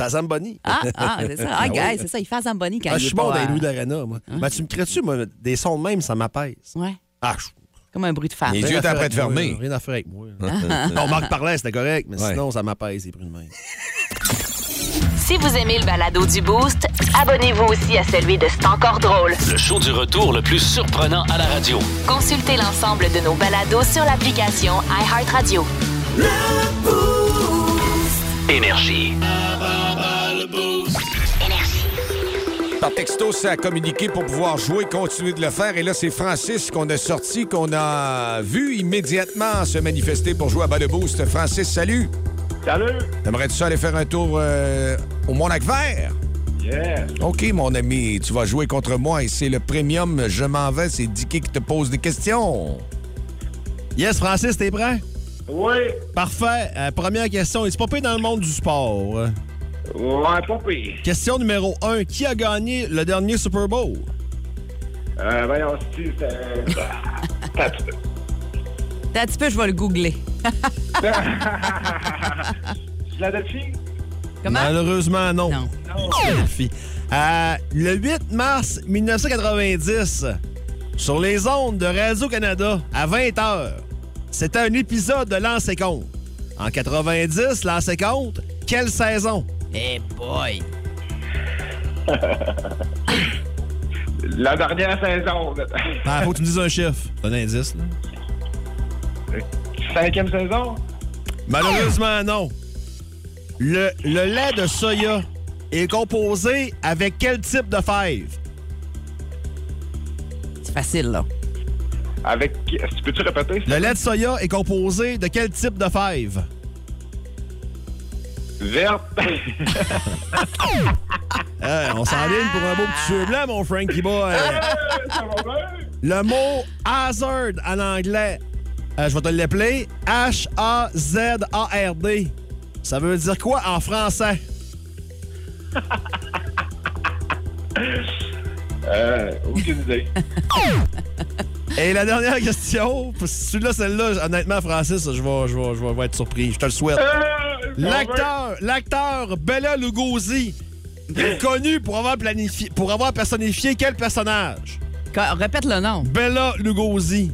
S5: La Zamboni.
S4: Ah, ah c'est ça. Ah,
S5: Ben oui.
S4: guys, c'est ça. Il fait Zamboni quand
S5: Ah,
S4: il
S5: je
S4: est
S5: suis bon
S4: pas,
S5: dans les
S4: euh,
S5: Louis d'Arena, moi. Mais tu me crées-tu, moi, des sons de même, ça m'apaise.
S4: Ouais.
S5: Ah, je...
S4: Comme un bruit de femme.
S5: Rien à faire avec moi, là. Rien à faire avec moi. là. Bon, Marc parlait, c'était correct, mais
S4: Ouais.
S5: sinon, ça m'apaise, les bruits de même.
S8: Si vous aimez le balado du Boost, abonnez-vous aussi à celui de C'est encore drôle.
S2: Le show du retour le plus surprenant à la radio.
S8: Consultez l'ensemble de nos balados sur l'application iHeartRadio.
S2: Énergie.
S3: Par texto, ça a communiqué pour pouvoir jouer, continuer de le faire. Et là, c'est Francis qu'on a sorti, qu'on a vu immédiatement se manifester pour jouer à bas de boost. Francis, salut.
S16: Salut.
S3: T'aimerais-tu ça aller faire un tour euh, au Mont-Lac Vert?
S16: Yeah.
S3: OK, mon ami, tu vas jouer contre moi et c'est le premium. Je m'en vais, c'est Dicky qui te pose des questions.
S5: Yes, Francis, t'es prêt?
S16: Oui.
S5: Parfait. Euh, première question. Est-ce pas pire dans le monde du sport?
S16: Ouais, pas pire.
S5: Question numéro 1. Qui a gagné le dernier Super Bowl?
S16: Euh, ben, on se dit, euh, Attends un petit peu.
S4: Attends un petit peu, je vais le googler.
S16: Philadelphie?
S4: Comment?
S5: Malheureusement, non. Philadelphie. Euh, le 8 mars 1990, sur les ondes de Radio-Canada, à 20h, c'était un épisode de L'An Compte. En 90, L'An Compte, quelle saison?
S4: Eh boy!
S16: La dernière saison.
S5: Ah, faut que tu me dises un chiffre. C'est un indice, là.
S16: Cinquième saison?
S5: Malheureusement, non. Le, le lait de soya est composé avec quel type de fève?
S4: C'est facile, là.
S16: Avec. Tu peux-tu répéter?
S5: Le lait de soya est composé de quel type de fève?
S16: Verte.
S5: Euh, on s'enligne pour un beau petit cheveu blanc, mon Frankie Boy. Le mot hazard en anglais, euh, je vais te l'appeler H-A-Z-A-R-D. Ça veut dire quoi en français?
S16: euh, aucune idée.
S5: Et la dernière question, celui-là, celle-là, honnêtement, Francis, je vais, je vais- je vais être surpris. Je te le souhaite.
S16: Euh,
S5: L'acteur, l'acteur Bella Lugosi est connu pour avoir planifié, pour avoir personnifié quel personnage?
S4: répète le nom.
S5: Bella Lugosi.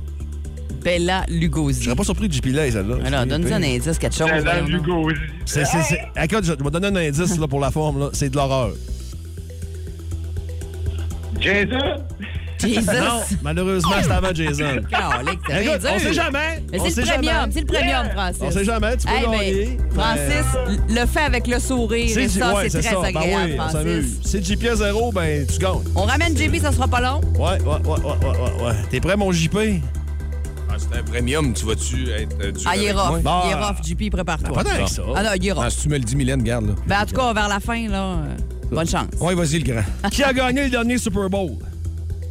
S4: Bella Lugosi. Je
S5: serais pas surpris que JP l'aille, celle-là.
S4: Alors, donne-nous un indice, quelque chose.
S5: Bella
S4: vraiment.
S5: Lugosi. C'est, c'est, c'est... Écoute, je je vais donner un indice là, pour la forme. Là. C'est de l'horreur.
S16: Jason?
S5: Jesus. Non, malheureusement, c'est avant Jason.
S4: Calique, c'est bien
S5: Écoute,
S4: dur.
S5: on sait jamais.
S4: Mais
S5: On
S4: c'est
S5: sait
S4: le premium,
S5: jamais.
S4: c'est le premium, Francis.
S5: On sait jamais, tu peux
S4: Hey, ben,
S5: gagner.
S4: Francis, le fait avec le sourire, et
S5: J-
S4: ça,
S5: ouais,
S4: c'est très
S5: ça. Ben
S4: agréable,
S5: oui, on
S4: Francis.
S5: s'amuse. C'est JP à zéro, ben tu gagnes.
S4: On ramène JP, ça sera pas long.
S5: Ouais, ouais, ouais, ouais, ouais, ouais, ouais. T'es prêt, mon JP?
S3: Ah, c'est un premium, tu vas-tu être euh, dur
S4: Ah, il est
S3: avec
S4: rough.
S3: moi?
S4: Il est rough, JP, prépare-toi.
S3: Pas tant que ça.
S4: Ah non, il est rough.
S3: Ah, si tu me le dis, Mylène, garde là.
S4: Ben, en tout cas, vers la fin, là, euh, bonne chance.
S3: Ouais, vas-y le grand.
S5: Qui a gagné le dernier Super Bowl?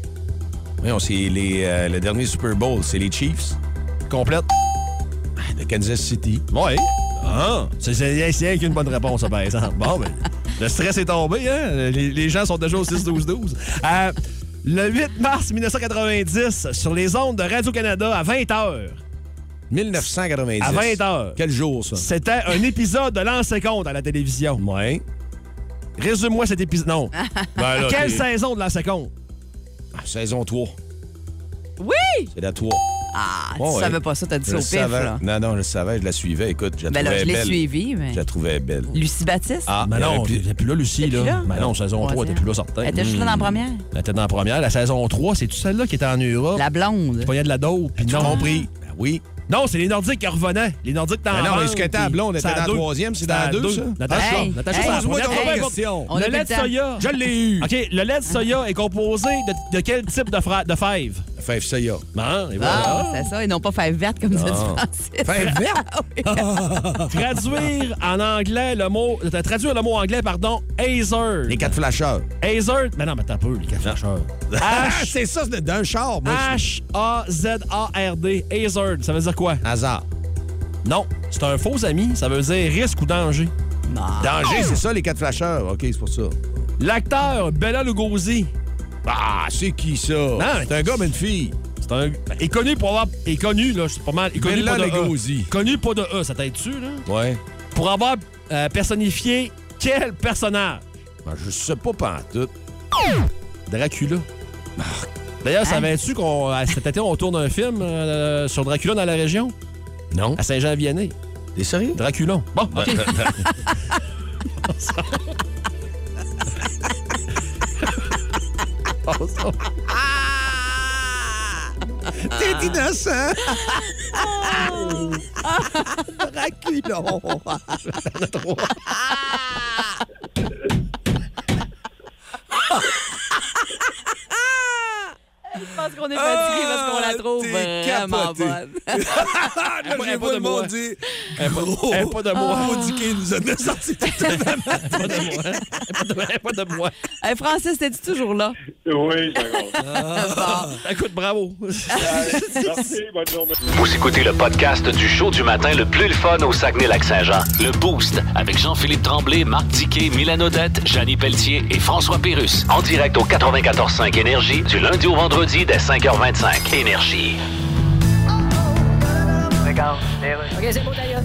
S3: Voyons, c'est les, euh, le dernier Super Bowl, c'est les Chiefs.
S5: Complète.
S3: De Kansas City.
S5: Ouais. Ah, c'est, c'est, c'est rien qu'une bonne réponse, ça, par exemple. Bon, ben, le stress est tombé, hein? Les, les gens sont déjà au 6-12-12. Euh, le 8 mars 1990, sur les ondes de Radio-Canada, à 20 h
S3: 1990.
S5: À 20 heures.
S3: Quel jour, ça?
S5: C'était un épisode de l'an 50 à la télévision.
S3: Ouais.
S5: Résume-moi cet épisode. Non.
S4: Ah.
S3: Ben là,
S5: Quelle
S3: t'es-
S5: saison de l'an 50?
S3: Saison 3.
S4: Oui!
S3: C'est la 3.
S4: Ah,
S3: Ouais,
S4: tu
S3: ouais.
S4: savais pas ça, t'as dit ça
S3: Je
S4: au
S3: le
S4: pif,
S3: savais.
S4: là.
S3: Non, non, je le savais, je la suivais. Écoute, je la
S4: Ben là,
S3: trouvais
S4: je l'ai
S3: belle.
S4: suivie, mais-
S3: Je la trouvais belle.
S4: Lucie Baptiste?
S3: Ah,
S5: Mais
S3: il y
S5: non,
S3: avait plus-
S5: elle n'est plus là, Lucie.
S4: Elle est plus
S5: Là.
S4: là?
S5: Mais non, saison 3, elle était plus là, certain. Hmm.
S4: Elle était juste là dans la première.
S5: Elle était dans la première. La saison 3, c'est-tu celle-là qui était en Europe?
S4: La blonde.
S5: Qui pognait de la dope. Puis non. compris.
S3: Ben oui.
S5: Non, c'est les Nordiques qui revenaient. Les Nordiques dans
S3: Ben
S5: la
S3: non, mais
S5: vente,
S3: ce que t'as à
S5: puis
S3: blonde, était
S5: ça
S3: dans
S5: a
S3: la
S5: deux.
S3: troisième, c'est dans
S5: Ça
S3: la
S5: a
S3: deux,
S5: deux.
S3: ça?
S5: Natacha,
S4: Hey,
S5: Natacha,
S4: hey,
S5: c'est la
S4: pose-moi
S5: première.
S4: donc la
S5: Hey,
S4: question. On a
S5: Le
S4: plus
S5: lait
S4: le
S5: de
S4: temps.
S5: soya.
S3: Je l'ai eu.
S5: OK, le lait de soya est composé de, de quel type de, fra- de fève?
S3: Fève soya.
S5: Ben, et
S4: Ah,
S5: voilà.
S4: c'est ça, et non pas fève verte, comme ça dit
S5: Non.
S4: Francis.
S5: Fève verte?
S4: Ah oui.
S5: Traduire en anglais le mot. euh, Traduire le mot anglais, pardon, hazer.
S3: Les quatre flasheurs.
S5: Hazer. Mais non, mais t'as peu, les quatre flasheurs. H-
S3: Ah, c'est ça, c'est d'un char. Moi, je- Ah.
S5: H-A-Z-A-R-D. Hazard. Ça veut dire quoi?
S3: Hasard.
S5: Non, c'est un faux ami. Ça veut dire risque ou danger.
S3: Danger, c'est ça, les quatre flasheurs. OK, c'est pour ça.
S5: L'acteur Bella Lugosi.
S3: Ah, c'est qui ça? c'est un gars, mais une fille.
S5: C'est un. ben, Est connu pour avoir. Est connu, là, c'est pas mal. Est connu
S3: Bella
S5: pas de
S3: Lugosi.
S5: E. Connu pas de E, ça t'aide-tu, là?
S3: Ouais.
S5: Pour avoir euh, personnifié quel personnage?
S3: Ben, je sais pas pantoute.
S5: Dracula. D'ailleurs, savais-tu qu'on à cet été, on tourne un film euh, sur Dracula dans la région?
S3: Non.
S5: À Saint-Jean-Vianney.
S3: T'es sérieux?
S5: Dracula. Bon, OK.
S4: Ah.
S3: T'es innocent!
S5: Dracula!
S4: Je pense qu'on est fatigué parce qu'on la trouve vraiment bonne.
S3: Là, j'ai pas de monde dire. Gros,
S5: Eh, pas de moi.
S3: Maudiquet nous a sorti tout
S5: Pas de moi. Pas de- Pas de moi.
S4: Hey, Eh, Francis, t'es-tu toujours là?
S16: Oui, d'accord.
S5: Écoute, bravo.
S16: Merci, bonne journée.
S2: Vous écoutez le podcast du show du matin le plus le fun au Saguenay-Lac-Saint-Jean. Le Boost avec Jean-Philippe Tremblay, Marc Tiquet, Milan Odette, Janine Pelletier et François Pérus. En direct au 94.5 Énergie du lundi au vendredi dès 5h25. Énergie.
S17: OK, c'est bon, d'ailleurs.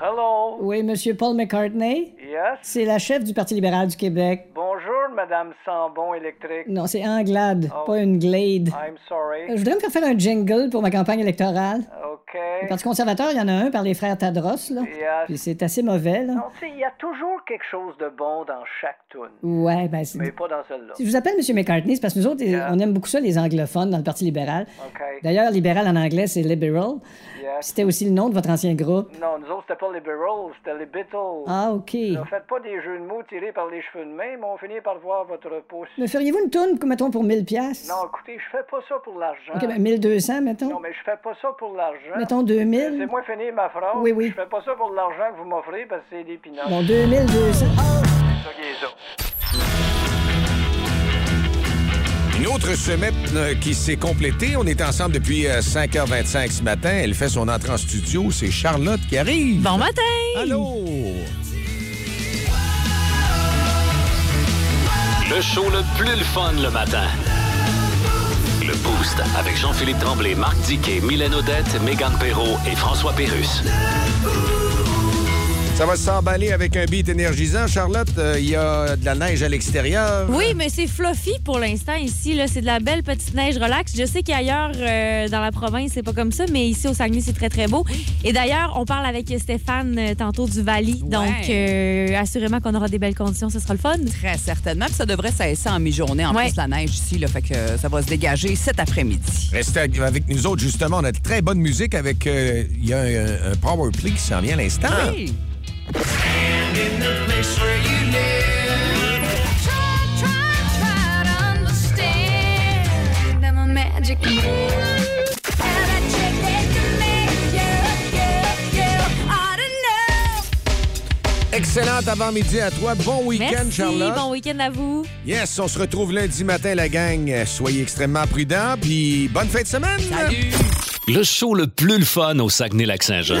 S18: Hello.
S17: Oui, Monsieur Paul McCartney.
S18: Yes.
S17: C'est la chef du Parti libéral du Québec.
S18: Bonjour, Madame Sambon électrique.
S17: Non, c'est Anglade,
S18: Oh.
S17: pas une glade.
S18: I'm
S17: Euh,
S18: sorry.
S17: Je voudrais me faire faire un jingle pour ma campagne électorale.
S18: OK.
S17: Le Parti conservateur, il y en a un par les frères Tadros, là.
S18: Yes.
S17: Puis c'est assez mauvais, là.
S18: Non, tu sais, il y a toujours quelque chose de bon dans chaque tune.
S17: Ouais, ben c'est...
S18: Mais pas dans celle-là.
S17: Si je vous appelle M. McCartney, c'est parce que nous autres,
S18: Yeah.
S17: on aime beaucoup ça, les anglophones, dans le Parti libéral.
S18: OK.
S17: D'ailleurs, libéral en anglais, c'est liberal.
S18: Yes.
S17: C'était aussi le nom de votre ancien groupe.
S18: Non, nous autres, c'était pas les Beatles, c'était les Beatles.
S17: Ah, OK.
S18: Ne faites pas des jeux de mots tirés par les cheveux de main, mais on finit par voir votre pouce.
S17: Me feriez-vous une tourne, mettons, pour 1000 pièces
S18: Non, écoutez, je fais pas ça pour l'argent.
S17: OK, ben 1200, mettons.
S18: Non, mais je fais pas ça pour l'argent.
S17: Mettons 2000.
S18: Euh, C'est moi finir ma phrase.
S17: Oui, oui.
S18: Je fais pas ça pour l'argent que vous m'offrez parce que c'est des pinottes.
S17: Bon, 2200.
S18: Ça qui est ça.
S3: Une autre semaine euh, qui s'est complétée. On est ensemble depuis euh, 5h25 ce matin. Elle fait son entrée en studio. C'est Charlotte qui arrive.
S4: Bon matin!
S3: Allô!
S2: Le show le plus le fun le matin. Le Boost avec Jean-Philippe Tremblay, Marc Diquet, Mylène Odette, Megan Perrault et François Pérus.
S3: Ça va s'emballer avec un beat énergisant. Charlotte, euh, il y a de la neige à l'extérieur.
S8: Oui, mais c'est fluffy pour l'instant ici. là. C'est de la belle petite neige relax. Je sais qu'ailleurs euh, dans la province, c'est pas comme ça, mais ici au Saguenay, c'est très, très beau. Et d'ailleurs, on parle avec Stéphane euh, tantôt du Valley. Donc, euh, assurément qu'on aura des belles conditions. Ce sera le fun.
S4: Très certainement. Puis ça devrait cesser en mi-journée. En plus, la neige ici, là, fait que ça va se dégager cet après-midi.
S3: Restez avec- avec nous autres, justement. On a de très bonne musique avec. euh, Il y a un, un power play qui s'en vient à l'instant.
S4: Oui.
S3: Excellente avant-midi à toi. Bon week-end,
S8: Merci.
S3: Charlotte.
S8: Bon week-end à vous.
S3: Yes, on se retrouve lundi matin, la gang. Soyez extrêmement prudents, puis bonne fin de semaine.
S2: Le show le plus le fun au Saguenay-Lac-Saint-Jean.